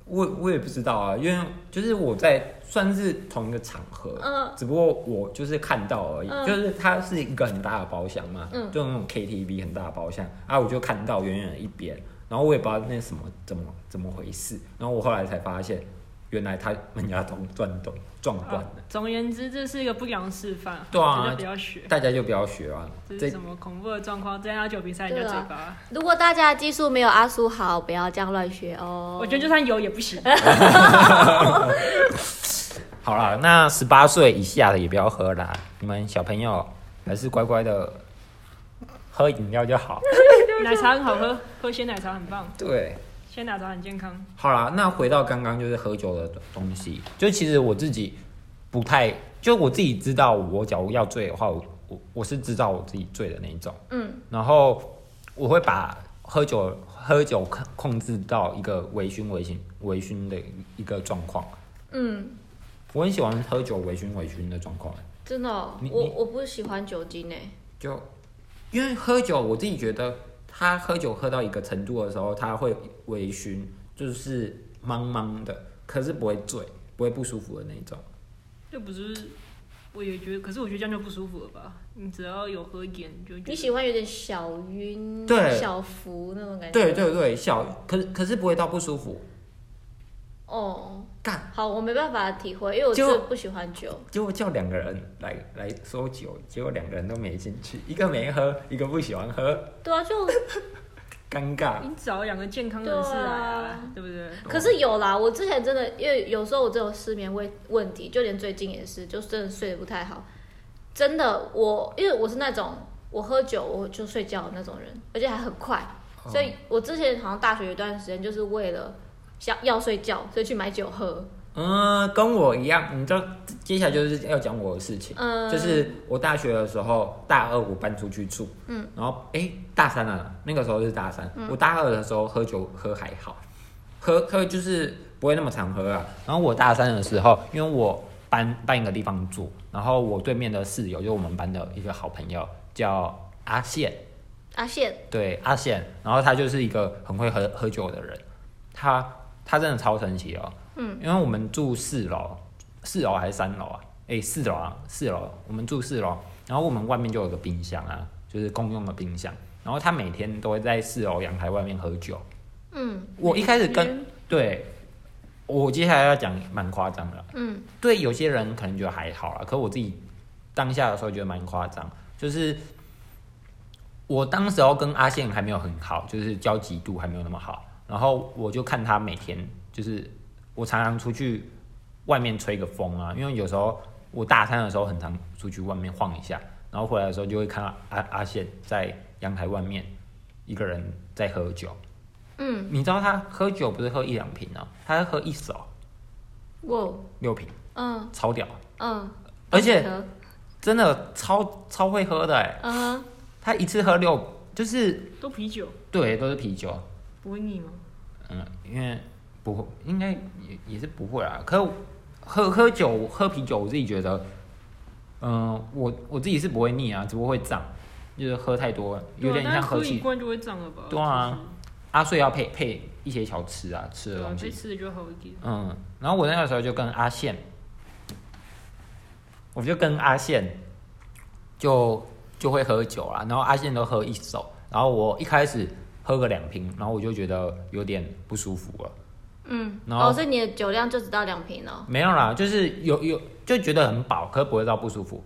B: 我我也不知道啊，因为就是我在算是同一个场合，
A: 嗯
B: 只不过我就是看到而已，
A: 嗯
B: 就是它是一个很大的包厢嘛，
A: 嗯
B: 就那种 KTV 很大的包厢啊，我就看到远远的一边，然后我也不知道那什么怎么怎么回事，然后我后来才发现，原来他们家撞断断撞断
C: 啊
B: 了，
A: 哦
C: 总而言之，这是一个不良示范，
B: 对啊
C: 大家不要学。
B: 大家就不要学啊。
C: 这
B: 这
C: 是什么恐怖的状况？参加九比赛你就
A: 对
C: 嘴
A: 啊
C: 巴、
A: 如果大家的技术没有阿苏好，不要这样乱学哦。
C: 我觉得就算有也不行。
B: 好啦，那十八岁以下的也不要喝啦，你们小朋友还是乖乖的喝饮料就好。
C: 奶茶很好喝，喝鲜奶茶很棒，
B: 对，
C: 鲜奶茶很健康。
B: 好啦，那回到刚刚就是喝酒的东西，就其实我自己不太，就我自己知道，我假如要醉的话，我我我是知道我自己醉的那一种，
A: 嗯，
B: 然后我会把喝酒喝酒控控制到一个微醺微醺微醺的一个状况，
A: 嗯，
B: 我很喜欢喝酒微醺微醺的状况，
A: 真的哦、
B: 你
A: 我
B: 你
A: 我不喜欢酒精哎诶。
B: 就因为喝酒，我自己觉得他喝酒喝到一个程度的时候，他会微醺，就是茫茫的，可是不会醉，不会不舒服的那一种。
C: 这不是，我也觉得，可是我觉得这样就不舒服了吧？你只要有喝一点，你就觉得
A: 你喜欢有点小晕、
B: 对
A: 小浮那种感觉。
B: 对。对对，小可可是不会到不舒服。
A: 哦，
B: 干，
A: 好，我没办法体会，因为我
B: 就
A: 真的不喜欢酒。
B: 结果叫两个人来来收酒，结果两个人都没兴趣，一个没喝，一个不喜欢喝，
A: 对啊，就
B: 尴尬。
C: 你找两个健康人士来啊，对不对？
A: 可是有啦，我之前真的，因为有时候我这种失眠问问题，就连最近也是，就真的睡得不太好。真的，我因为我是那种我喝酒我就睡觉的那种人，而且还很快，
B: 哦
A: 所以我之前好像大学有一段时间就是为了想要睡觉，所以去买酒喝。
B: 嗯，跟我一样，你知道，接下来就是要讲我的事情，
A: 嗯
B: 就是我大学的时候，大二我搬出去住，嗯，然后哎、大三了、那个时候是大三，我大二的时候喝酒喝还好，喝喝就是不会那么常喝啊，然后我大三的时候，因为我搬搬一个地方住，然后我对面的室友就是我们班的一个好朋友叫阿宪，
A: 阿宪，
B: 对阿宪，然后他就是一个很会喝喝酒的人，他他真的超神奇哦。嗯，因为我们住四楼，四楼还是三楼啊？诶，四楼啊，四楼，我们住四楼，然后我们外面就有个冰箱啊，就是公用的冰箱，然后他每天都会在四楼阳台外面喝酒。
A: 嗯
B: 我一开始
A: 每天
B: 跟对，我接下来要讲蛮夸张的啦，
A: 嗯，
B: 对有些人可能觉得还好啦，可我自己当下的时候觉得蛮夸张，就是我当时候跟阿宪还没有很好，就是交集度还没有那么好，然后我就看他每天就是我常常出去外面吹个风啊，因为有时候我大三的时候很常出去外面晃一下，然后回来的时候就会看到阿阿宪在阳台外面一个人在喝酒，
A: 嗯，
B: 你知道他喝酒不是喝一两瓶啊，他喝一手
A: 哇，
B: 六瓶，
A: 嗯
B: 超屌。
A: 嗯，
B: 而且
A: 嗯
B: 真的超超会喝的哎，
A: 哼，
B: 他一次喝六，就是
C: 都啤酒
B: 对，都是啤酒，
C: 不会腻吗？
B: 嗯，因为不会，应该也也是不会啦。可喝喝酒喝啤酒，我自己觉得，嗯、我我自己是不会腻啊，只不过会胀，就是喝太多了，有点
C: 对啊但
B: 像
C: 是
B: 喝
C: 喝一
B: 汽
C: 罐就会胀了吧？
B: 对啊啊，所以要配配一些小吃啊，吃
C: 就是，
B: 的
C: 对啊
B: 东，
C: 所以
B: 西，
C: 吃的就好一点。
B: 嗯，然后我那个时候就跟阿宪，我就跟阿宪就就会喝酒啦，然后阿宪都喝一手，然后我一开始喝个两瓶，然后我就觉得有点不舒服了，
A: 嗯，
B: 然后
A: 哦，所以你的酒量就只到两瓶哦。
B: 没有啦，就是有有就觉得很饱，可是不会到不舒服，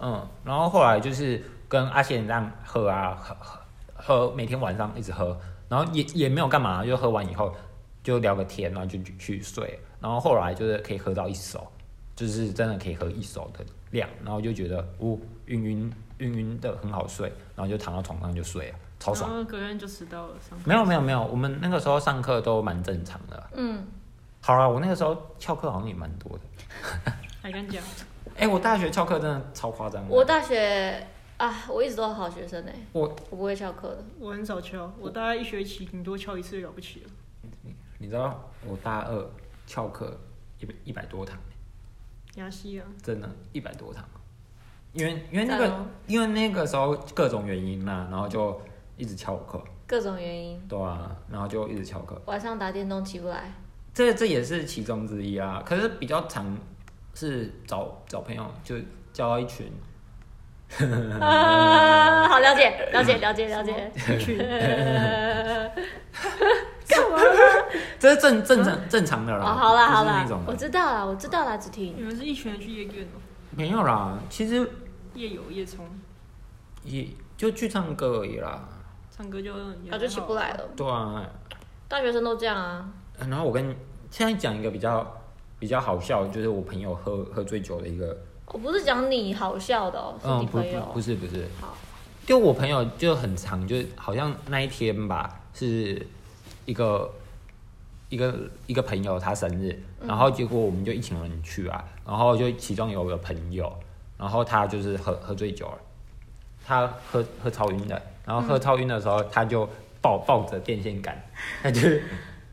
B: 嗯，然后后来就是跟阿宪这样喝啊喝喝，喝每天晚上一直喝，然后也也没有干嘛，就喝完以后就聊个天，然后就去去睡，然后后来就是可以喝到一手，就是真的可以喝一手的量，然后就觉得哦晕晕晕晕的很好睡，然后就躺到床上就睡了，超爽
C: 然。后隔天就迟到了，上课
B: 没有没有没有，我们那个时候上课都蛮正常的啦。
A: 嗯，
B: 好啦，我那个时候翘课好像也蛮多的。
C: 还敢讲？
B: 哎、我大学翘课真的超夸张的。
A: 我大学啊，我一直都是好学生哎，
B: 嗯我
A: 我不会翘课的。
C: 我很少敲，我大概一学期顶多敲一次就了不起了。
B: 你知道我大二翘课一百一百多堂，
C: 牙西啊，
B: 真的，一百多堂。因为因为那个、
A: 赞哦
B: 因为那个时候各种原因啦，然后就一直翘课，
A: 各种原因，
B: 对啊，然后就一直翘课，
A: 晚上打电动起不 来。
B: 这这也是其中之一啊。可是比较常是找找朋友，就交到一群
A: 啊，好
B: 嗯
A: 了解，了解，了解，了解。
C: 去
A: 呃
C: 干嘛啊？
B: 这是正正常正常的
A: 哦，
B: 啦。
A: 好啦
B: 不
A: 好
B: 是
A: 啦
B: 那种，的
A: 我知道啦，我知道啦，只
C: 你
A: 听
C: 们是一群人去夜店哦，
B: 没有啦，其实
C: 夜游夜冲，
B: 也就去唱歌而已啦。
C: 唱歌就也
A: 啊就起不来了。
B: 对啊，
A: 大学生都这样啊，
B: 然后我跟现在讲一个比较比较好笑，就是我朋友喝喝醉酒的一个，
A: 我哦不是讲你好笑的哦，是
B: 嗯，
A: 你
B: 不
A: 朋
B: 不
A: 友
B: 不。是不是
A: 好，
B: 就我朋友就很长，就好像那一天吧，是一个一个一个朋友他生日，
A: 嗯
B: 然后结果我们就一群人去啊，然后就其中有个朋友，然后他就是喝喝醉酒了，他喝喝超晕的，然后喝超晕的时候，他就抱抱着电线杆， 他就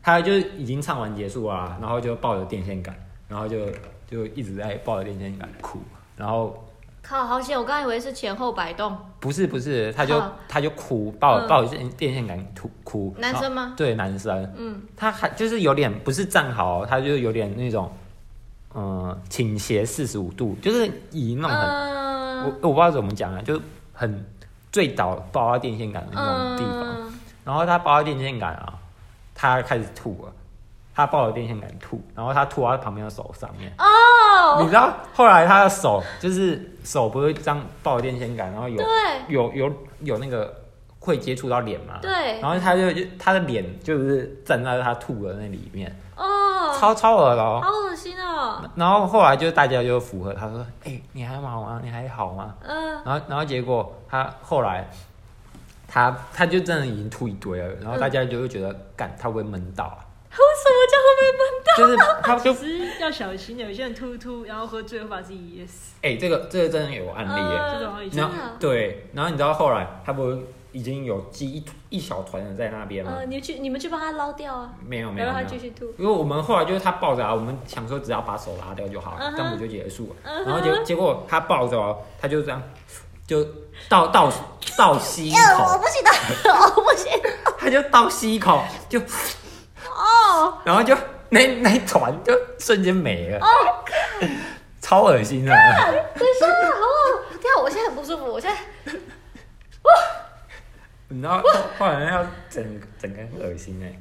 B: 他就已经唱完结束啊，然后就抱着电线杆，然后就就一直在抱着电线杆哭，然后
A: 靠，好险！我刚以为是前后摆动，
B: 不是不是，他就、
A: 嗯
B: 他就哭，抱
C: 嗯
B: 抱电电线杆哭哭。
A: 男生吗
B: 然后对，男生。
A: 嗯，
B: 他还就是有点不是站好哦，他就有点那种，嗯，倾斜四十五度，就是以那种很、
A: 嗯
B: 我我不知道怎么讲啊，就很醉倒抱到电线杆的那种地方。
A: 嗯，
B: 然后他抱到电线杆啊，他开始吐了，他抱着电线杆吐，然后他吐到他旁边的手上面。
A: 哦，
B: 你知道后来他的手就是手不是这样抱着电线杆，然后有
A: 对
B: 有有有那个会接触到脸嘛？
A: 对
B: 然后他就就他的脸就是站在他吐的那里面，
A: 哦，
B: 超超恶的哦。
A: 好恶心哦，
B: 然后后来就大家就附和他说：“哎、你还好吗？你还好吗
A: 嗯？”
B: 然后然后结果他后来他他就真的已经吐一堆
A: 嗯
B: 了，然后大家就会觉得干、他会不会闷到啊，
A: 为什么叫会被闷？
B: 就是他就
C: 其实要小心，有些人吐一吐，然后喝醉会把自己噎死，
B: 哎、这个这个真的有案例耶。
A: 嗯
C: 这种会
A: 真
B: 然
A: 的
B: 后
A: 啊
B: 对，然后你知道后来他不是已经有积一一小团人在那边吗？
A: 呃，你去你们去帮他捞掉啊，
B: 没嗯有没
A: 然
B: 有
A: 后他
B: 没
A: 继
B: 有，
A: 续吐，
B: 因为我们后来就是他抱着啊，我们想说只要把手拉掉就好了
A: 嗯哼
B: 这样我就结束了。
A: 嗯哼
B: 然后结结果他抱着哦，他就这样就倒倒倒吸一
A: 呃，我
B: 口，
A: 不行的， 我不行的
B: 他就倒吸一口，就
A: 哦，
B: 然后就 那那一团就瞬间没了， 超恶 心的。
A: 等一下，啊好恶，等一下，我现在很不舒服，我现在
B: 你知道后来要整整个很恶心哎、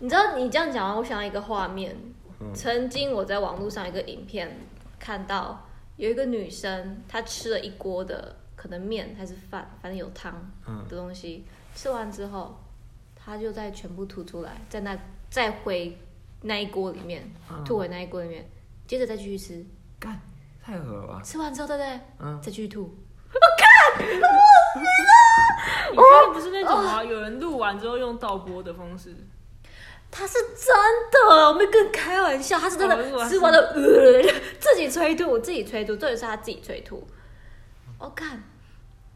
A: 你知道你这样讲完，我想到一个画面。
B: 嗯
A: 曾经我在网络上一个影片看到，有一个女生她吃了一锅的可能面还是饭，反正有汤
B: 嗯
A: 的东西，吃完之后，她就再全部吐出来，在那再回那一锅里面
B: 嗯
A: 吐回那一锅里面，接着再继续吃，
B: 干太恶了吧，
A: 吃完之后对不对？
B: 嗯。
A: 再继续吐，
C: 你看不是那种啊，有人录完之后用倒播的方式，
A: 她是真的，我没跟你开玩笑，她是真
C: 哦如果
A: 的
C: 她
A: 吃完了，呃， 自己催吐，自己催吐，重点是她自己催吐。
C: 嗯
A: 我、哦、看，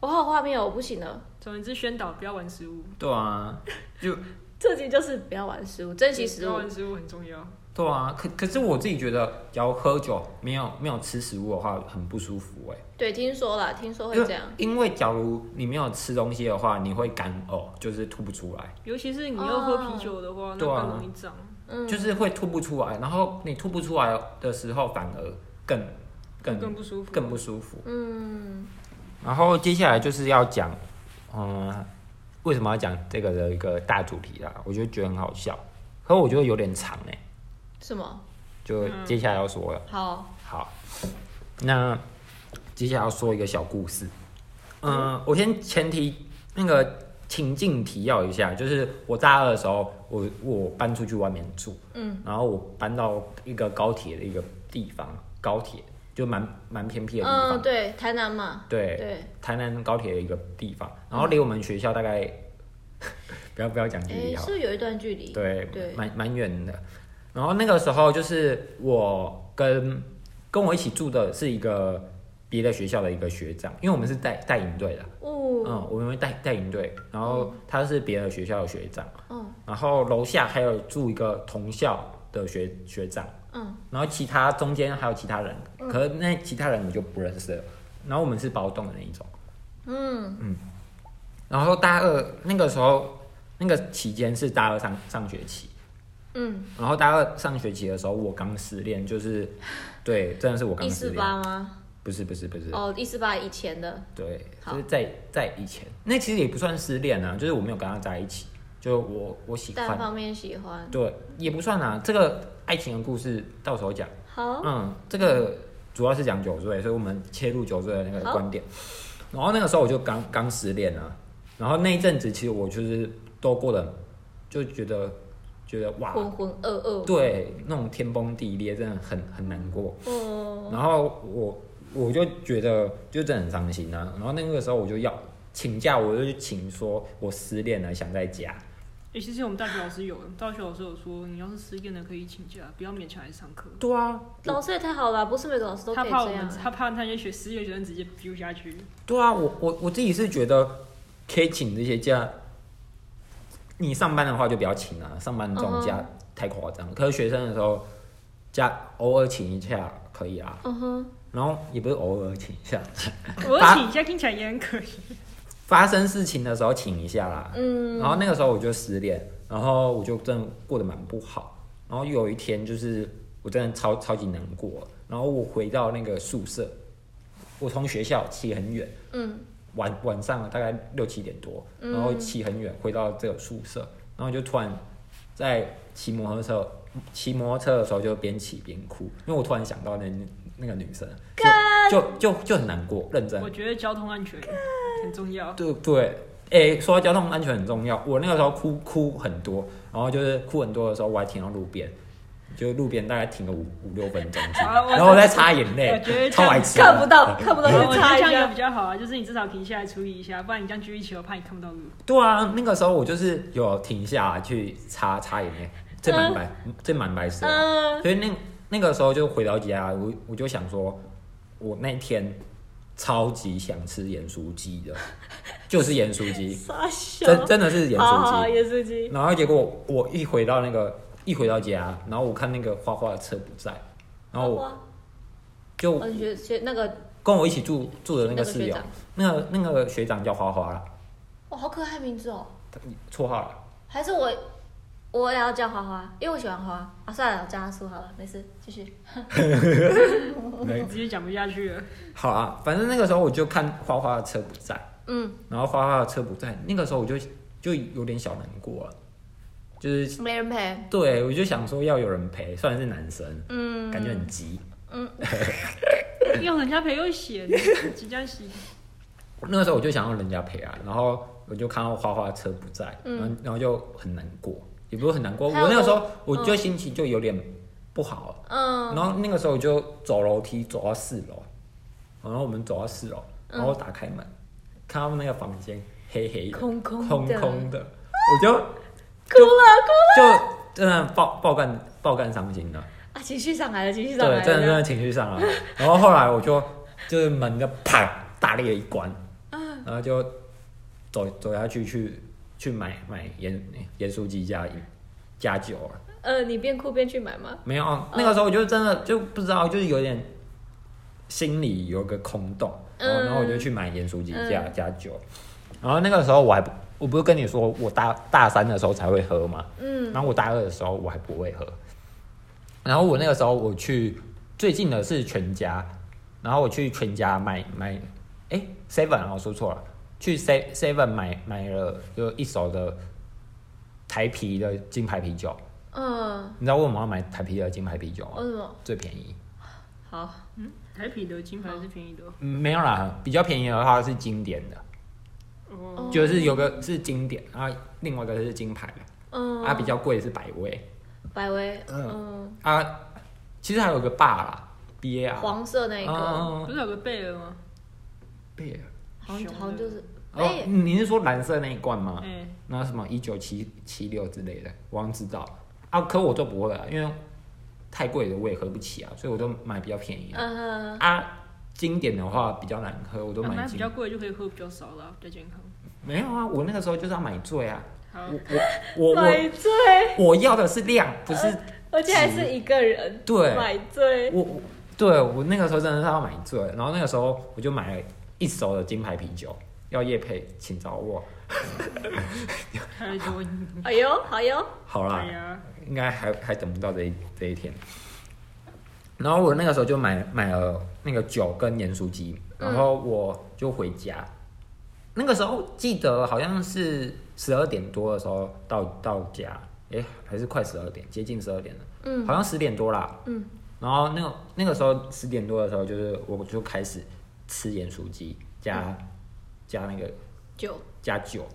A: 我好有画面哦，我不行了。
C: 总之宣导不要玩食物，
B: 对啊，就
A: 这集就是不要玩食物，珍惜
C: 不
A: 食
C: 要
A: 物。
C: 玩食物很重要。
B: 对啊，可可是我自己觉得，只要喝酒没有没有吃食物的话，很不舒服哎、
A: 对，听说啦，听说会
B: 因
A: 这
B: 为
A: 样。
B: 因为假如你没有吃东西的话，你会干呕，就是吐不出来，
C: 尤其是你又喝啤酒的话，那
B: 对啊
C: 更容易胀。
A: 嗯，
B: 就是会吐不出来。然后你吐不出来的时候，反而更更
C: 更不舒服
B: 更不舒服。
A: 嗯，
B: 然后接下来就是要讲，嗯，为什么要讲这个的一个大主题啦？我就觉得很好笑，可我觉得有点长哎、
A: 什么？
B: 就接下来要说了。
A: 好，
B: 好，那接下来要说一个小故事。嗯，我先前提那个情境提要一下，就是我大二的时候，我我搬出去外面住，
A: 嗯，
B: 然后我搬到一个高铁的一个地方，高铁就蛮蛮偏僻的地方，
A: 嗯，对，台南嘛，
B: 对
A: 对，嗯
B: 台南高铁的一个地方，然后离我们学校大概、 不要不要讲距
A: 哎，
B: 离好
A: 是
B: 了
A: 不是有一段距离？
B: 对，
A: 对
B: 蛮蛮远的。然后那个时候就是我跟跟我一起住的是一个别的学校的一个学长，因为我们是带带营队的，
A: 哦，
B: 嗯，我们会带带营队，然后他是别的学校的学长，
A: 嗯
B: 然后楼下还有住一个同校的学学长，
A: 嗯
B: 然后其他中间还有其他人，可是那其他人你就不认识了。然后我们是包栋的那一种，
A: 嗯，
B: 然后大二那个时候那个期间是大二上上学期，
A: 嗯，
B: 然后大二上学期的时候，我刚失恋，就是，对，真的是我
A: 一
B: 刚失
A: 四
B: 恋，
A: 八吗？
B: 不是不是不是，
A: 哦，一四八以前的，
B: 对，
A: 好
B: 就是在在以前，那其实也不算失恋啊，就是我没有跟他在一起，就我我喜
A: 单
B: 欢，
A: 方面喜欢。
B: 对，也不算啊。这个爱情的故事到时候讲。
A: 好，
B: 嗯，这个主要是讲酒醉，所以我们切入酒醉的那个
A: 好
B: 观点。然后那个时候我就刚刚失恋啊，然后那一阵子其实我就是都过得就觉得觉得哇，
A: 浑浑噩噩。
B: 对，那种天崩地裂真的很很难过。
A: 哦，
B: 然后我我就觉得就真的很伤心啊。然后那个时候我就要请假，我就去请说我失恋了，想在家。
C: 欸，其实我们大学老师有，大学老师有说，你要是失恋了可以请假，不要勉强来上课。
B: 对啊，
A: 老师也太好了，不是每个老师都
C: 他
A: 可以
C: 怕
A: 这
C: 我们，
A: 样。啊
C: 他怕那些学失业学生直接丢下 去。
B: 对啊，我我我自己是觉得可以请这些假，你上班的话就不要请啊，上班这种假、
A: 嗯
B: 太夸张。可是学生的时候，假偶尔请一下可以啊，
A: 嗯哼，
B: 然后也不是偶尔请一下，
C: 我
B: 把
C: 请假听起来也很可怜。
B: 发生事情的时候请一下啦。
A: 嗯，
B: 然后那个时候我就失恋，然后我就真的过得蛮不好。然后有一天就是我真的超超级难过，然后我回到那个宿舍，我从学校骑很远，
A: 嗯，
B: 晚晚上大概六七点多，然后骑很远回到这个宿舍，然后就突然在骑摩托车骑摩托车的时候就边骑边哭，因为我突然想到那那个女生，就就就就很难过，认真
C: 我。觉得交通安全很重要。
B: 对对，哎、说到交通安全很重要，我那个时候哭哭很多，然后就是哭很多的时候，我还停到路边，就路边大概停了五五六分钟这样，
C: 啊我
B: 然后我在擦眼
C: 我
B: 泪
C: 觉得，这
B: 超
C: 样
B: 白痴的，
A: 看不到，看不到
C: 哦我
A: 就
C: 觉得
A: 差
C: 这
A: 一
C: 样也
A: 下
C: 比。较好啊，就是你至少停下来处理一下，不然你这样狙一球，我怕你看不到路。
B: 对啊，那个时候我就是有停下来去擦擦眼泪，这蛮白，这蛮白痴的。
A: 嗯
B: 所以那那个时候就回到家，我我就想说，我那天超级想吃盐酥鸡的，就是盐酥鸡，
A: 傻 笑。
B: 真真的是盐
A: 好
B: 酥
A: 好，
B: 鸡。
A: 盐酥鸡。
B: 然后结果我一回到那个一回到家，然后我看那个花花的车不在，然后我
A: 哇
B: 就
A: 啊哦，你学学那个，
B: 跟我一起住住的那
A: 那
B: 个
A: 个
B: 室
A: 学
B: 友
A: 长，
B: 那个那个学长叫花花啦，
A: 哇，好可爱名字哦。
B: 他绰号啦。
A: 还是我我也要叫花花，因为我喜欢花。啊，算了，我叫她苏好了，没事，继续。
C: 你 直接讲不下去了。
B: 好啊，反正那个时候我就看花花的车不在，
A: 嗯，
B: 然后花花的车不在，那个时候我就就有点小难过了，就是
A: 没人陪。
B: 对我就想说要有人陪，虽然是男生，
A: 嗯，
B: 感觉很急。
C: 要人家陪又闲，即将洗。
B: 那个时候我就想要人家陪啊，然后我就看到花花的车不在，
A: 嗯
B: 然后然后就很难过，也不是很难过，我
A: 还有
B: 那个时候
A: 我
B: 我就心情就有点不好，
A: 嗯，
B: 然后那个时候我就走楼梯走到四楼，然后我们走到四楼，
A: 嗯
B: 然后我打开门，看到那个房间黑黑的、
A: 空空的
B: 空空的，我就
A: 哭了哭
B: 就真的爆爆干爆干伤心了，
A: 啊，情绪上来了，情绪上来
B: 对，
A: 了。
B: 真的真的情绪 上来了。然后后来我就就是门就啪大力的一关，
A: 嗯
B: 然后就走走下去去去买买盐盐酥鸡加加酒啊了。
A: 呃，你边哭边去买吗？
B: 没有，哦那个时候我就真的就不知道，就是有点心里有个空洞，哦
A: 嗯
B: 然后然后我就去买盐酥鸡加、
A: 嗯
B: 加酒，然后那个时候我还不，我不是跟你说我大大三的时候才会喝嘛，
A: 嗯
B: 然后我大二的时候我还不会喝，然后我那个时候我去最近的是全家，然后我去全家买买，哎 seven 啊，我说错了，去 se seven 买买了就一手的台啤的金牌啤酒，
A: 嗯，
B: 你知道为什么要买台啤的金牌啤酒吗？
A: 为什么？
B: 最便宜。
A: 好，
C: 嗯，台啤的金牌是便宜的。
B: 嗯没有啦，比较便宜的话是经典的，
C: 哦，
B: 就是有个是经典，然后另外一个是金牌的，
A: 嗯，
B: 啊比较贵的是百威
A: 百威，嗯
B: 嗯，啊，其实还有个霸啦，B A R，
A: 黄色那一个，
B: 啊
C: 不是有个贝尔吗？
B: 贝尔，
A: 好像
C: 熊的
A: 好像就是，
B: 哦，
A: 哎，
B: 你是说蓝色那一罐吗？
C: 哎，
B: 那什么一九七七六之类的，我好像知道啊，可我就不会啊，因为太贵的我也喝不起啊，所以我都买比较便宜的
A: 嗯，
B: 啊。经典的话比较难喝，我都买
C: 买
B: 经
C: 啊比较贵就可以喝比较少啦，比较健康。
B: 没有啊，我那个时候就是要买醉啊，
C: 好，
B: 我我我
A: 买醉，
B: 我要的是量，不是
A: 而且还是一个人，
B: 对
A: 买醉，
B: 我我对我那个时候真的是要买醉，然后那个时候我就买了一手的金牌啤酒，要叶配请找我。
C: 太多你。
A: 哎呦，好哟，
B: 好啦
C: 哎，呀，
B: 应该还还等不到这一这一天。然后我那个时候就买买了那个酒跟盐酥鸡，然后我就回家，那个时候记得好像是十二点多的时候到到家，诶，还是快十二点，接近十二点了，
A: 嗯
B: 好像十点多啦。
A: 嗯，
B: 然后那个那个时候十点多的时候，就是我就开始吃盐酥鸡加、加那个
A: 嗯酒，
B: 加酒，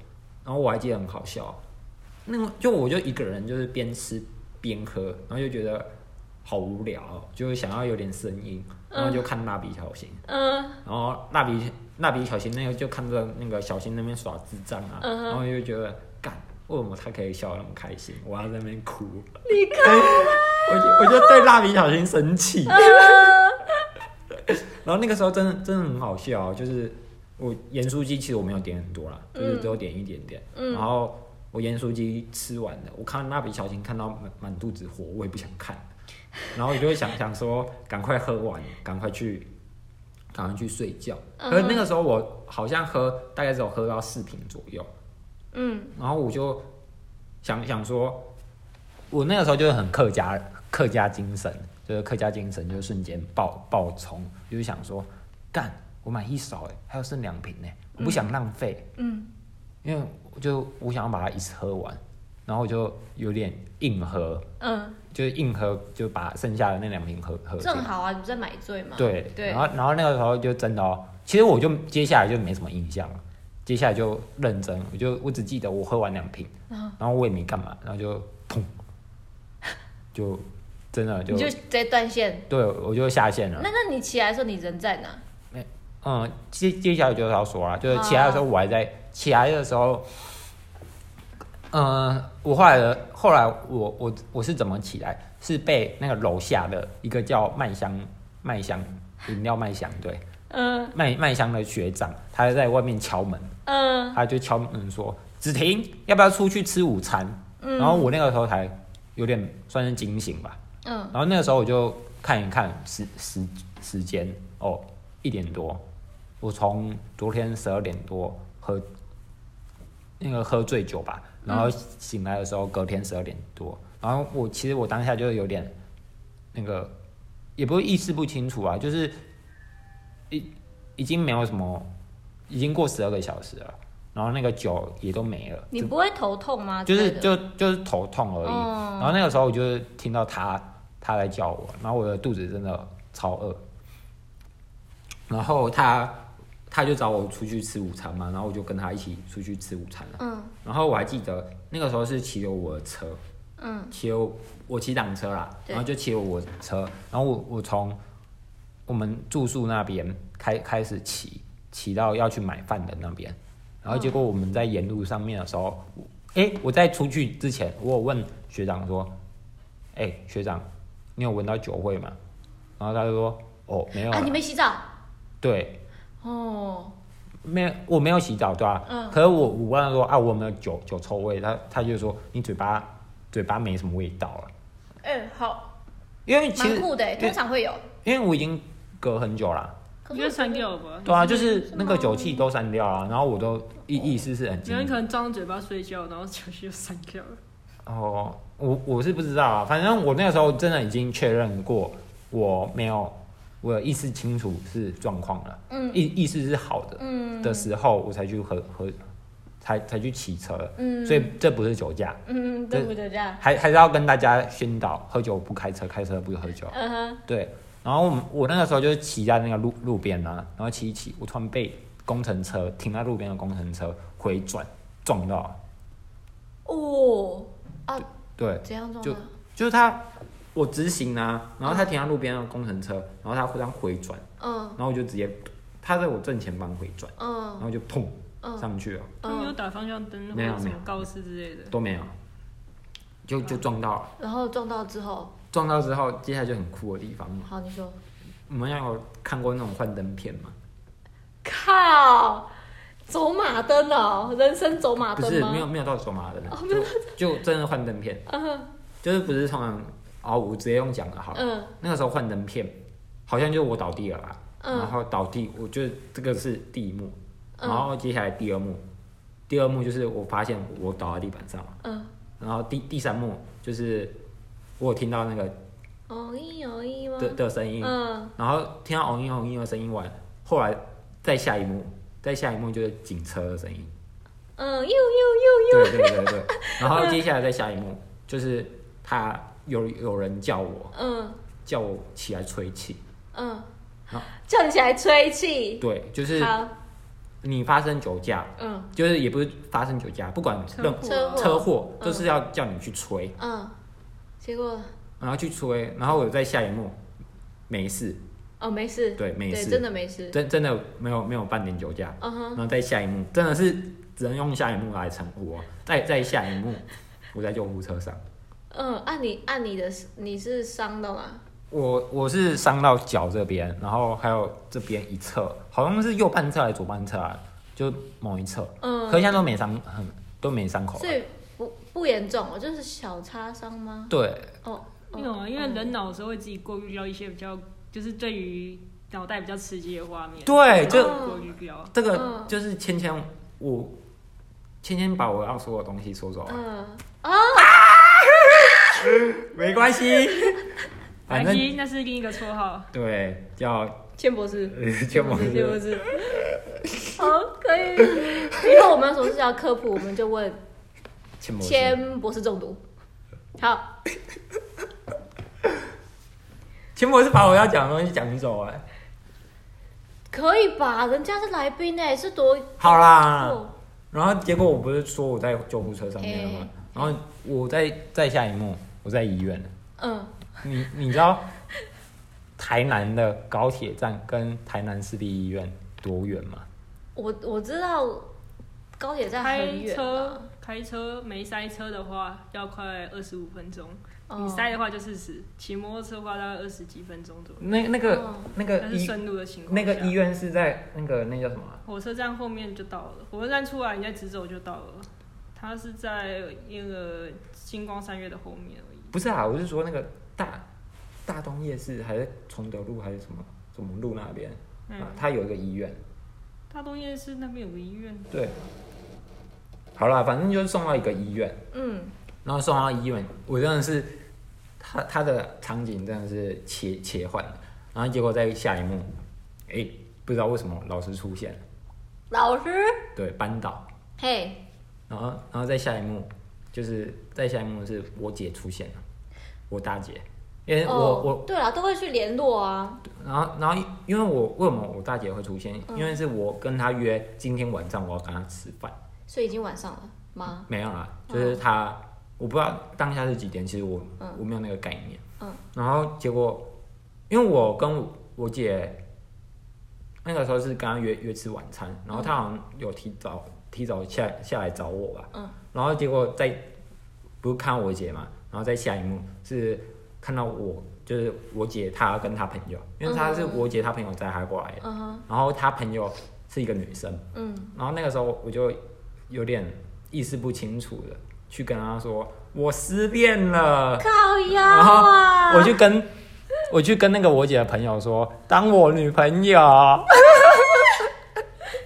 B: 然后我还记得很好笑，那个就我就一个人就是边吃边喝，然后就觉得好无聊哦、就想要有点声音，然后就看蜡笔小新，
A: 嗯
B: 然后蜡笔蜡笔小新那个就看着那个小新那边耍智障啊，
A: 嗯哼
B: 然后就觉得干，为什么他可以笑得那么开心，我要在那边哭，哎
A: 你看，
B: 我就我就对蜡笔小新生气，
A: 嗯
B: 然后那个时候真的真的很好笑、啊就是我盐酥鸡其实我没有点很多啦，就是只有点一点点。
A: 嗯
B: 然后我盐酥鸡吃完了，我看蜡笔小新看到满满肚子火，我也不想看，然后我就会想想说，赶快喝完，赶快去，赶快去睡觉。
A: 嗯
B: 可是那个时候我好像喝大概只有喝到四瓶左右，
A: 嗯
B: 然后我就想想说，我那个时候就是很客家客家精神，就是客家精神就瞬间爆爆冲，就是想说，干，我买一手哎，还有剩两瓶呢，我不想浪费，
A: 嗯
B: 因为我就我想要把它一次喝完，然后我就有点硬喝，
A: 嗯，
B: 就是硬喝，就把剩下的那两瓶喝喝掉
A: 正。好啊，你不是在买醉吗？
B: 对
A: 对
B: 然，后然后那个时候就真的哦，其实我就接下来就没什么印象了，接下来就认真，我就我只记得我喝完两瓶，
A: 嗯
B: 然后我也没干嘛，然后就砰，就真的就
A: 你就直接断线。
B: 对啊我就下线了
A: 那。那你起来的时候你人在哪？
B: 嗯，接接下来就是要说了，就是起来的
A: 哦
B: 时候我还在、起来的时候，嗯，我后来的后来我我我是怎么起来？是被那个楼下的一个叫麦香麦香饮料麦香对。
A: 嗯
B: 麦麦香的学长，他在外面敲门，
A: 嗯
B: 他就敲门说：“子婷，要不要出去吃午餐？”
A: 嗯
B: 然后我那个时候才有点算是惊醒吧。
A: 嗯
B: 然后那个时候我就看一看时时时间，哦，一点多，我从昨天十二点多喝那个喝醉酒吧，然
A: 嗯
B: 后醒来的时候隔天十二点多，然后我其实我当下就有点那个，也不是意识不清楚啊，就是已已经没有什么，已经过十二个小时了，然后那个酒也都没了，
A: 你不会头痛吗？
B: 就是
A: 之类的
B: 就就是头痛而已。
A: 哦
B: 然后那个时候我就是听到他他来叫我，然后我的肚子真的超饿，然后他他就找我出去吃午餐嘛，然后我就跟他一起出去吃午餐了。
A: 嗯
B: 然后我还记得那个时候是骑了我的车，
A: 嗯
B: 骑了我我骑挡车啦，
A: 对
B: 然后就骑了我的车，然后我我从我们住宿那边开开始骑，骑到要去买饭的那边，然后结果我们在沿路上面的时候，哎、我在出去之前，我有问学长说，哎、学长，你有闻到酒味吗？然后他就说，哦，没有啊、
A: 啊，你没洗澡
B: 对，
A: 哦，
B: 没有，我没有洗澡，对吧、
A: 嗯
B: 可是我我问他说啊，我有没有酒酒臭味？他他就说你嘴巴嘴巴没什么味道了、啊
A: 哎，好，
B: 因为其
A: 蛮
B: 实
A: 酷的，欸
B: 因为
A: 通常会有。
B: 因为我已经隔很久了，
A: 可
C: 你
A: 是
C: 就
A: 我
C: 删掉了
A: 嗯
C: 吧。
B: 对啊，就是那个酒气都散掉了，然后我都意
A: 哦
B: 意思是很
C: 没
B: 惊
C: 有，你可能张着嘴巴睡觉，然后情绪就删掉了。
B: 哦，我我是不知道啊，反正我那个时候真的已经确认过我没有我有意识清楚是状况了，
A: 嗯
B: 意意识是好的、
A: 嗯
B: 的时候，我才去喝喝才才去骑车，
A: 嗯
B: 所以这不是酒驾。
A: 嗯，对不对？这样，
B: 还还是要跟大家宣导，喝酒不开车，开车不喝酒。
A: 嗯哼，
B: 对，然后我们我那个时候就是骑在那个路路边啊，然后骑一骑，我突然被工程车停在路边的工程车回转撞到，
A: 哦啊，
B: 对，
A: 怎样撞
B: 就
A: 的？
B: 就是他我直行啊，然后他停在路边的工程车，然后他忽然回转，
A: 嗯
B: 然后我就直接他在我正前方回转，然
A: 嗯
B: 后就砰
A: 嗯
B: 上去了，
C: 他们有
A: 嗯，
C: 打方向灯或
B: 没有
C: 者什
B: 没有
C: 么告示之类的。
B: 都没有，就就撞到了。
A: 然后撞到之后，
B: 撞到之后，接下来就很酷的地方了。
A: 好，你说，
B: 你们有看过那种幻灯片吗？
A: 靠，走马灯哦，人生走马
B: 不
A: 灯
B: 是，
A: 吗？哦
B: 没有没有到走马灯，就就真的幻灯片，
A: 嗯
B: 就是不是通常哦，我直接用讲的好了，
A: 嗯
B: 那个时候幻灯片好像就我倒地了吧，
A: 嗯
B: 然后倒地，我就这个是第一幕，
A: 嗯
B: 然后接下来第二幕，第二幕就是我发现我倒在地板上了，
A: 嗯，
B: 然后第第三幕就是我有听到那个
A: 哦一哦一吗？
B: 的的声音，
A: 嗯
B: 哦然后听到“嗡音嗡音”的声音完，后来再下一幕，再下一幕就是警车的声音，
A: 嗯，又又又
B: 对对对 对，然后接下来再下一幕就是他有有人叫我
A: 嗯
B: 叫我起来吹气，
A: 嗯
B: 好，
A: 叫你起来吹气，
B: 对，就是
A: 好，
B: 你发生酒驾，
A: 嗯
B: 就是也不是发生酒驾，不管任
A: 车祸
B: 车祸
A: 嗯
B: 都是要叫你去吹，
A: 嗯，结果
B: 然后去吹，然后我在下一幕没事，
A: 哦没事，
B: 对没
A: 对，
B: 事，
A: 真的没事，
B: 真真的没有没有半点酒驾，
A: 嗯哼，
B: 然后再下一幕真的是只能用下一幕来称呼哦，再再下一幕我在救护车上，
A: 嗯，按你按你的你是伤的吗？
B: 我我是伤到脚这边，然后还有这边一侧，好像是右半侧还是左半侧啊，就某一侧，
A: 嗯
B: 可，现在都没伤，很都没伤口啊、
A: 所以不不严重，哦，就是小擦伤吗？
B: 对，
A: 哦，哦
C: 没有啊，因为人脑的时候会自己过滤掉一些比较，就是对于脑袋比较刺激的画面。
A: 哦
B: 对
C: 就
B: 这
C: 过滤掉。
B: 这个
A: 嗯
B: 就是芊芊，我芊芊把我要说的东西说走了，
A: 嗯，
B: 没关系，反
C: 反
B: 正
C: 正那是另一个绰号。
B: 对叫呃
A: 千博士，
B: 全部
C: 对不是？
A: 好，哦可以。以后我们有什么事要科普，我们就问
B: 千博士
A: 千博士中毒。好，
B: 千博士把我要讲的东西讲走哎、
A: 可以吧？人家是来宾哎、是多
B: 好啦，
A: 哦
B: 然后结果我不是说我在救护车上面了
C: 哎
B: 吗？然后我在在下一幕，我在医院了。
A: 嗯，
B: 你你知道台南的高铁站跟台南市立医院多远吗？
A: 我我知道高铁站
C: 开
A: 很远啦，
C: 车开车没塞车的话，要快二十五分钟；
A: 哦
C: 你塞的话就四十。骑摩托车的话大概二十几分钟左右。
B: 那那个、
A: 哦
B: 那个
C: 那是
B: 医
C: 顺路的情况
B: 呃那
C: 下。
B: 个医院是在那个那叫什么啊？
C: 火车站后面就到了，火车站出来你再直走就到了。它是在那个星光三月的后面而已。
B: 不是啊，我是说那个大大东夜市还是崇德路还是什么什么路那边、
C: 嗯
B: 啊，，它有一个医院。
C: 大东夜市那边有个医院。
B: 对，好啦，反正就是送到一个医院。
A: 嗯，
B: 然后送到医院，我真的是，他他的场景真的是切切换了，然后结果在下一幕，哎、不知道为什么老师出现了，
A: 老师，
B: 对，扳倒，
A: 嘿，
B: 然后然后在下一幕，就是在下一幕是我姐出现了，我大姐，因为我、
A: 哦，
B: 哎我，
A: 对了，都会去联络啊，
B: 然后然后因为我为什么我大姐会出现，因为是我跟她约今天晚上我要跟她吃饭，
A: 所以已经晚上了吗？
B: 没有啦，就是他，我不知道当下是几点，其实我、
A: 嗯
B: 我没有那个概念。
A: 嗯。
B: 然后结果，因为我跟我我姐那个时候是刚刚约约吃晚餐，然后她好像有提早提早下下来找我吧。
A: 嗯。
B: 然后结果在不是看我姐嘛，然后在下一幕是看到我，就是我姐她跟她朋友，因为她是
A: 嗯
B: 我姐她朋友载她过来的，
A: 嗯哼，
B: 然后她朋友是一个女生。
A: 嗯，
B: 然后那个时候我就有点意识不清楚的去跟他说我失恋了，
A: 靠腰
B: 然
A: 啊，
B: 后我就跟我去跟那个我姐的朋友说当我女朋友，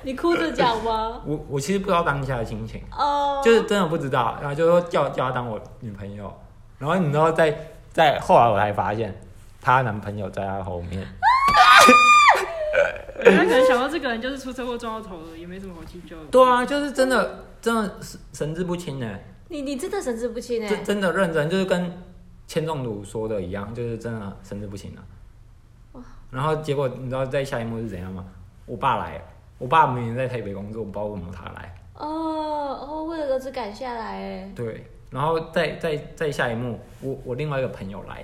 A: 你哭着讲吗？
B: 我我其实不知道当下的心情，
A: 哦，
B: 就是真的不知道，然后就说叫叫她当我女朋友，然后你知道在在后来我才发现她男朋友在她后面，
C: 他可能想到这个人就是出车祸撞到头了，也没什么好计较的。
B: 对啊，就是真的真的神神志不清呢、
A: 你你真的神志不清哎、
B: 真真的认真，就是跟千中鲁说的一样，就是真的神志不清了、然后结果你知道在下一幕是怎样吗？我爸来了，我爸明明在台北工作，我不知道为什么他来。
A: 哦哦，为了儿子赶下来哎、
B: 对，然后再再再下一幕，我我另外一个朋友来，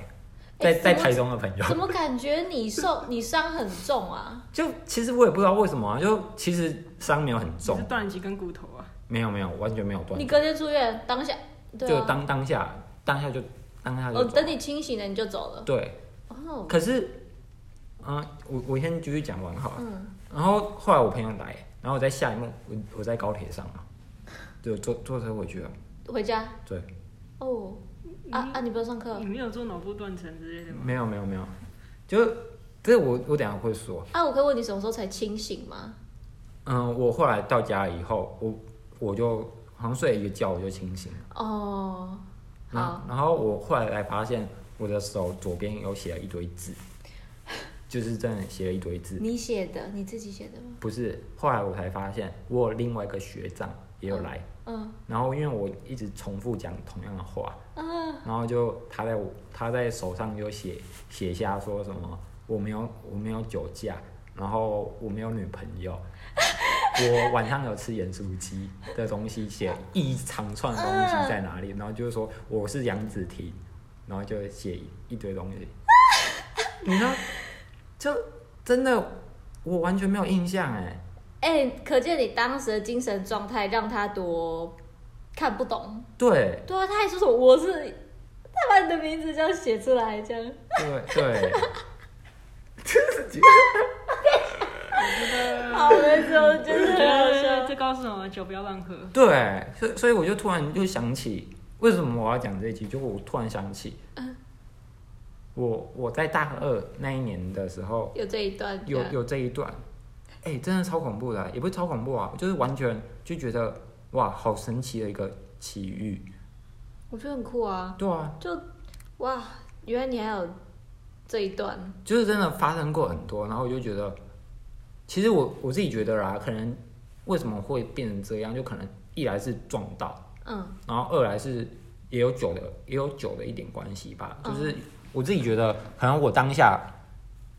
A: 哎
B: 在
A: 怎么
B: 在台中的朋友，
A: 怎么感觉你受你伤很重啊？
B: 就其实我也不知道为什么、啊，就其实伤没有很
C: 只
B: 重
C: 是，断了几根骨头啊。
B: 没有没有完全没有断
A: 你，隔天住院当下，对、啊，
B: 就当当下当下就当下就
A: 哦，
B: 走
A: 等你清醒了你就走了。
B: 对，
A: 哦，
B: 可是，嗯、我我先继续讲完好了。
A: 嗯，
B: 然后后来我朋友来，然后我在下一幕，我我在高铁上嘛，就坐坐车回去了。
A: 回家
B: 对，
A: 哦。啊啊！你不用上课
C: 你没有做脑部断层之类的吗？
B: 没有没有没有，就这我我等一下会说。
A: 啊？我可以问你什么时候才清醒吗？
B: 嗯，我后来到家以后，我我就好像睡了一个觉，我就清醒了。
A: 哦，
B: 然
A: 好，
B: 然后我后来才发现我的手左边有写了一堆字，就是真的写了一堆字。
A: 你写的，你自己写的吗？
B: 不是，后来我才发现，我有另外一个学长也有来，
A: 嗯
B: 然后因为我一直重复讲同样的话，
A: 啊，
B: 然后就他在我他在手上就写写下说什么我没有我没有酒驾，然后我没有女朋 友，我晚上有吃盐酥鸡的东西，写一长串的东西在哪里，然后就是说我是杨子婷，然后就写一堆东 西，你知道，就真的我完全没有印象哎，
A: 哎、可见你当时的精神状态让他多看不懂。
B: 对
A: 对啊，他还说什么我是他把你的名字这样写出来，这样
B: 对对，
A: 好的时候真的
C: 我觉
A: 很
C: 得
A: 好笑。
C: 这告诉我们酒不要乱喝。
B: 对，所以所以我就突然就想起，为什么我要讲这一集？就我突然想起，我我在大二那一年的时候，
A: 有这一段，啊
B: 有有这一段，哎、真的超恐怖的，也不是超恐怖啊，就是完全就觉得哇，好神奇的一个奇遇。
A: 我觉得很酷啊。
B: 对啊，
A: 就哇，原来你还有这一段，
B: 就是真的发生过很多，然后我就觉得，其实我我自己觉得啦，可能为什么会变成这样，就可能一来是撞到，
A: 嗯
B: 然后二来是也有酒的，也有酒的一点关系吧。
A: 嗯
B: 就是我自己觉得，可能我当下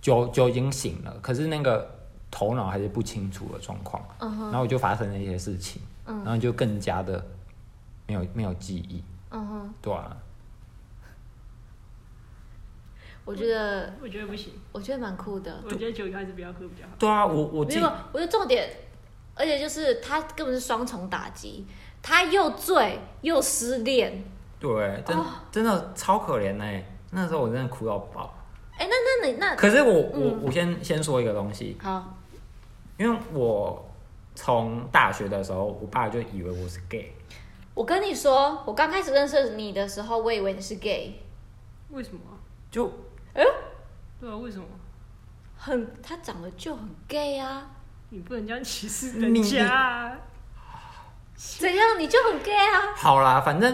B: 酒酒已经醒了，可是那个头脑还是不清楚的状况，
A: 嗯哼
B: 然后我就发生了一些事情，然
A: 嗯
B: 后就更加的没有没有记忆，
A: 嗯哼，
B: 对啊，
A: 我觉得
C: 我觉得不行，
A: 我觉得蛮酷的。
C: 我觉得酒一开始不要喝比较好。
B: 对啊，我我
A: 没
B: 自己
A: 有，我觉得重点，而且就是他根本是双重打击，他又醉又失恋。
B: 对，
A: 哦
B: 真、真的超可怜哎、那时候我真的哭到爆。
A: 哎、那那你那
B: 可是我
A: 嗯
B: 我我先先说一个东西，
A: 好，
B: 因为我从大学的时候，我爸就以为我是 gay。
A: 我跟你说，我刚开始认识你的时候，我以为你是 gay，
C: 为什么啊？
B: 就
C: 对啊，为什么？
A: 很他长得就很 gay 啊，
C: 你不能这样歧视人家啊。
A: 怎样你就很 gay 啊？
B: 好啦，反 正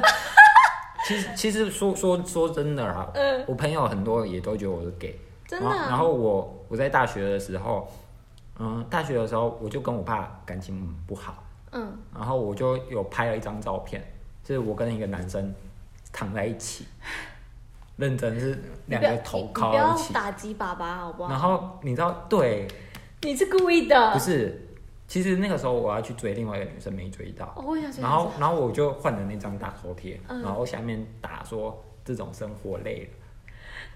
B: 其实其实说说说真的啦，
A: 嗯
B: 我朋友很多也都觉得我是 gay，
A: 真的
B: 然后
A: 啊、
B: 然后我我在大学的时候，嗯，大学的时候我就跟我爸感情很不好，
A: 嗯，
B: 然后我就有拍了一张照片，就是我跟一个男生躺在一起，认真是
A: 你
B: 两
A: 不要
B: 个头
A: 你
B: 靠
A: 你不
B: 在
A: 要
B: 一起，
A: 打啊击爸爸好不
B: 然
A: 好？
B: 后你知道对，
A: 你是故意的，
B: 不是，其实那个时候我要去追另外一个女生，没追到。
A: 哦？我也想说，
B: 然后，然后我就换了那张大头贴，
A: 嗯
B: 然后下面打说这种生活累了。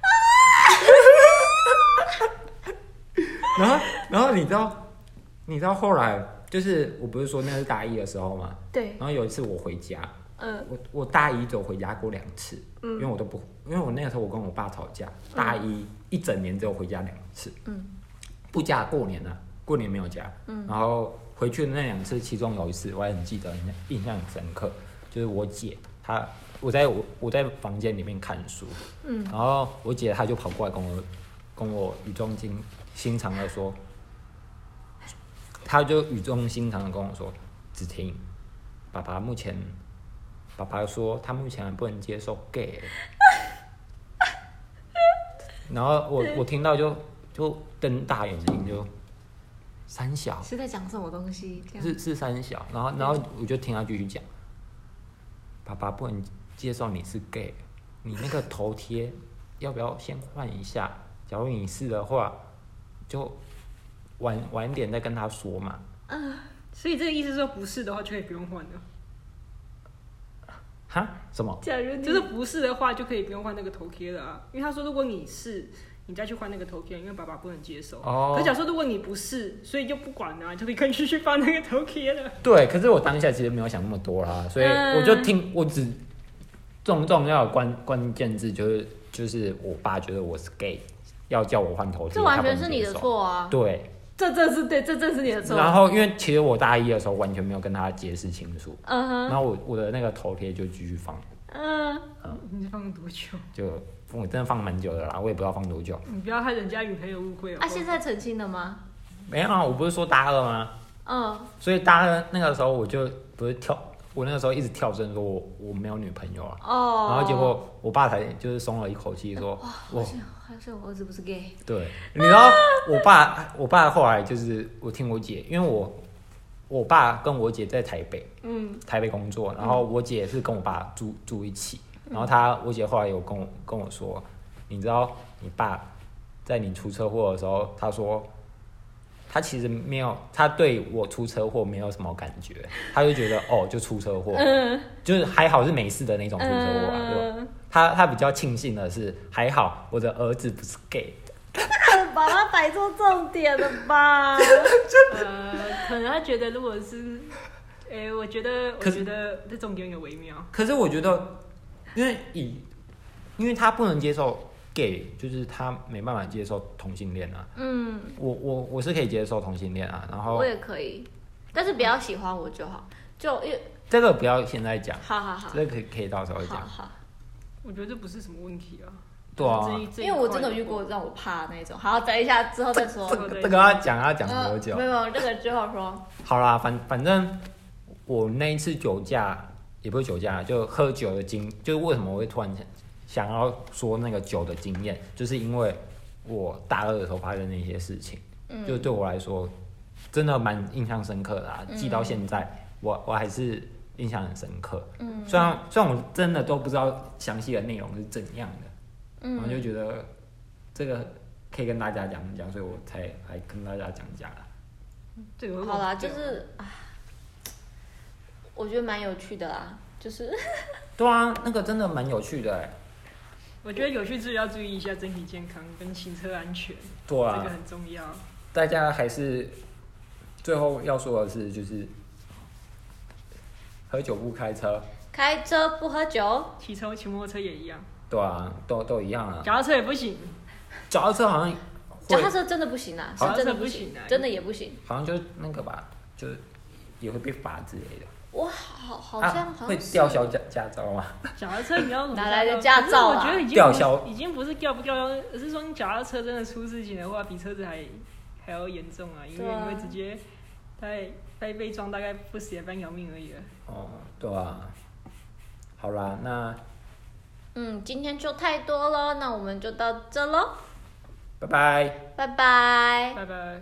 A: 啊
B: 然后，然后你知道，你知道后来就是我不是说那是大一的时候吗？
A: 对，
B: 然后有一次我回家，
A: 嗯
B: 我我大一只有回家过两次，因为我都不，因为我那个时候我跟我爸吵架，大一一整年只有回家两次，
A: 嗯
B: 不加过年啊，过年没有加。
A: 嗯
B: 然后回去的那两次，其中有一次我还很记得，印象印象很深刻，就是我姐她，我在我我在房间里面看书，
A: 嗯，
B: 然后我姐她就跑过来跟我跟我语重心心长的说，她就语重心长的跟我说，子婷，爸爸目前，爸爸说他目前还不能接受 gay，然后我我听到就就瞪大眼睛就三小
A: 是在讲什么东西？这样
B: 是是三小，然后然后我就听他继续讲，爸爸不能接受你是 gay，你那个头贴要不要先换一下？假如你是的话，就晚晚一点再跟他说嘛。
C: 所以这个意思是说，不是的话就可以不用换了。
B: 哈？什么？
A: 假如你
C: 就是不是的话就可以不用换那个头贴了啊。因为他说，如果你是，你再去换那个头贴，因为爸爸不能接受。
B: 哦
C: 可假如说如果你不是，所以就不管了、啊，就可以继续放那个头贴了。
B: 对，可是我当下其实没有想那么多啦，所以我就
C: 嗯
B: 听，我只重重要的关关键字就是就是我爸觉得我是 gay，要叫我换头贴，
A: 这完
B: 他不
A: 全
B: 能
A: 是你
B: 接
A: 的
B: 受。
A: 错啊！
B: 对，
A: 这正是对，这正是你的错。
B: 然后因为其实我大一的时候完全没有跟他解释清楚，
A: 嗯哼，
B: 然后我我的那个头贴就继续放，
A: 嗯，
C: 你放了多久？
B: 就我真的放蛮久的啦，我也不知道放多久。
C: 你不要害人家女朋友误会哦。
A: 啊，现在澄清了吗？
B: 没有啊，我不是说大二吗？
A: 嗯
B: 所以大二那个时候我就不是跳，我我那个时候一直跳针说我我没有女朋友啊，
A: 哦，
B: 然后结果我爸才就是松了一口气说，我
A: 哎还是我儿子不是 gay，
B: 对，你知道我爸，我爸后来就是我听我姐，因为我我爸跟我姐在台北，
A: 嗯，
B: 台北工作，然后我姐是跟我爸住住一起，然后她我姐后来有跟我跟我说，你知道你爸在你出车祸的时候，他说他其实没有，他对我出车祸没有什么感觉，他就觉得哦就出车祸，就是还好是没事的那种出车祸啊，对吧
A: 嗯，
B: 他他比较庆幸的是，还好我的儿子不是 gay。
A: 把它摆出重点了 吧？
C: 呃，可能他觉得如果是， 哎、我觉得我
B: 可是
C: 觉得这中间有微妙，
B: 可是我觉得，因为以，因为他不能接受 gay，就是他没办法接受同性恋啊。
A: 嗯，
B: 我我我是可以接受同性恋啊，然后
A: 我也可以，但是不要喜欢我就好，就因为
B: 这个不要现在讲，
A: 好好好，
B: 这个可以可以到时候
A: 好
B: 讲。
A: 好，
C: 我觉得这不是什么问题啊。
B: 对啊，
C: 这一这一
A: 因为我真的有遇过让我怕的那种，好，等一下之后再说。
B: 这
C: 对
B: 个
C: 对
B: 这个要讲要讲多
A: 嗯
B: 久
A: 没？有，这个之后说。
B: 好啦，反反正我那一次酒驾也不是酒驾，就喝酒的经，就是为什么我会突然想想要说那个酒的经验，就是因为我大二的时候发生的一些事情，
A: 嗯
B: 就对我来说真的蛮印象深刻的啊，
A: 嗯
B: 记到现在，我我还是印象很深刻。
A: 嗯
B: 虽然虽然我真的都不知道详细的内容是怎样的，然后就
A: 嗯，
B: 觉得这个可以跟大家讲一讲，所以我才来跟大家讲一讲啊。
C: 这个
A: 好啦，就是啊，我觉得蛮有趣的啦，就是
B: 对啊，那个真的蛮有趣的哎、
C: 我觉得有趣之余要注意一下身体健康跟行车安全，
B: 对
C: 这
B: 啊
C: 个，很重要。
B: 大家还是最后要说的是，就是喝酒不开车，
A: 开车不喝酒，
C: 骑车、骑摩托车也一样，
B: 对啊，都都一样啊。
C: 脚踏车也不行，
B: 脚踏车好像
A: 脚
B: 会
A: 踏，车真的不行啊，是
C: 脚踏
A: 真的
C: 车不
A: 行
C: 行啊，
A: 真的也不行。
B: 好像就是那个吧，就是也会被罚之类的。
A: 我好好
B: 啊
A: 像好
B: 会
A: 像是
B: 吊销驾驾照啊吗？
C: 脚踏车你要怎么
A: 哪来的
C: 到
A: 驾照
C: 可是我
A: 啊
C: 觉得已经
B: 吊
C: 不
B: 销
C: 已经不是吊不吊销，而是说你脚踏车真的出事情的话，比车子还还要严重啊，因为
A: 对啊
C: 你会直接在在被撞，大概不死也半条命而已了。
B: 哦，对啊。好啦，那
A: 嗯，今天就太多喽，那我们就到这喽，
B: 拜拜。
A: 拜拜。
C: 拜拜。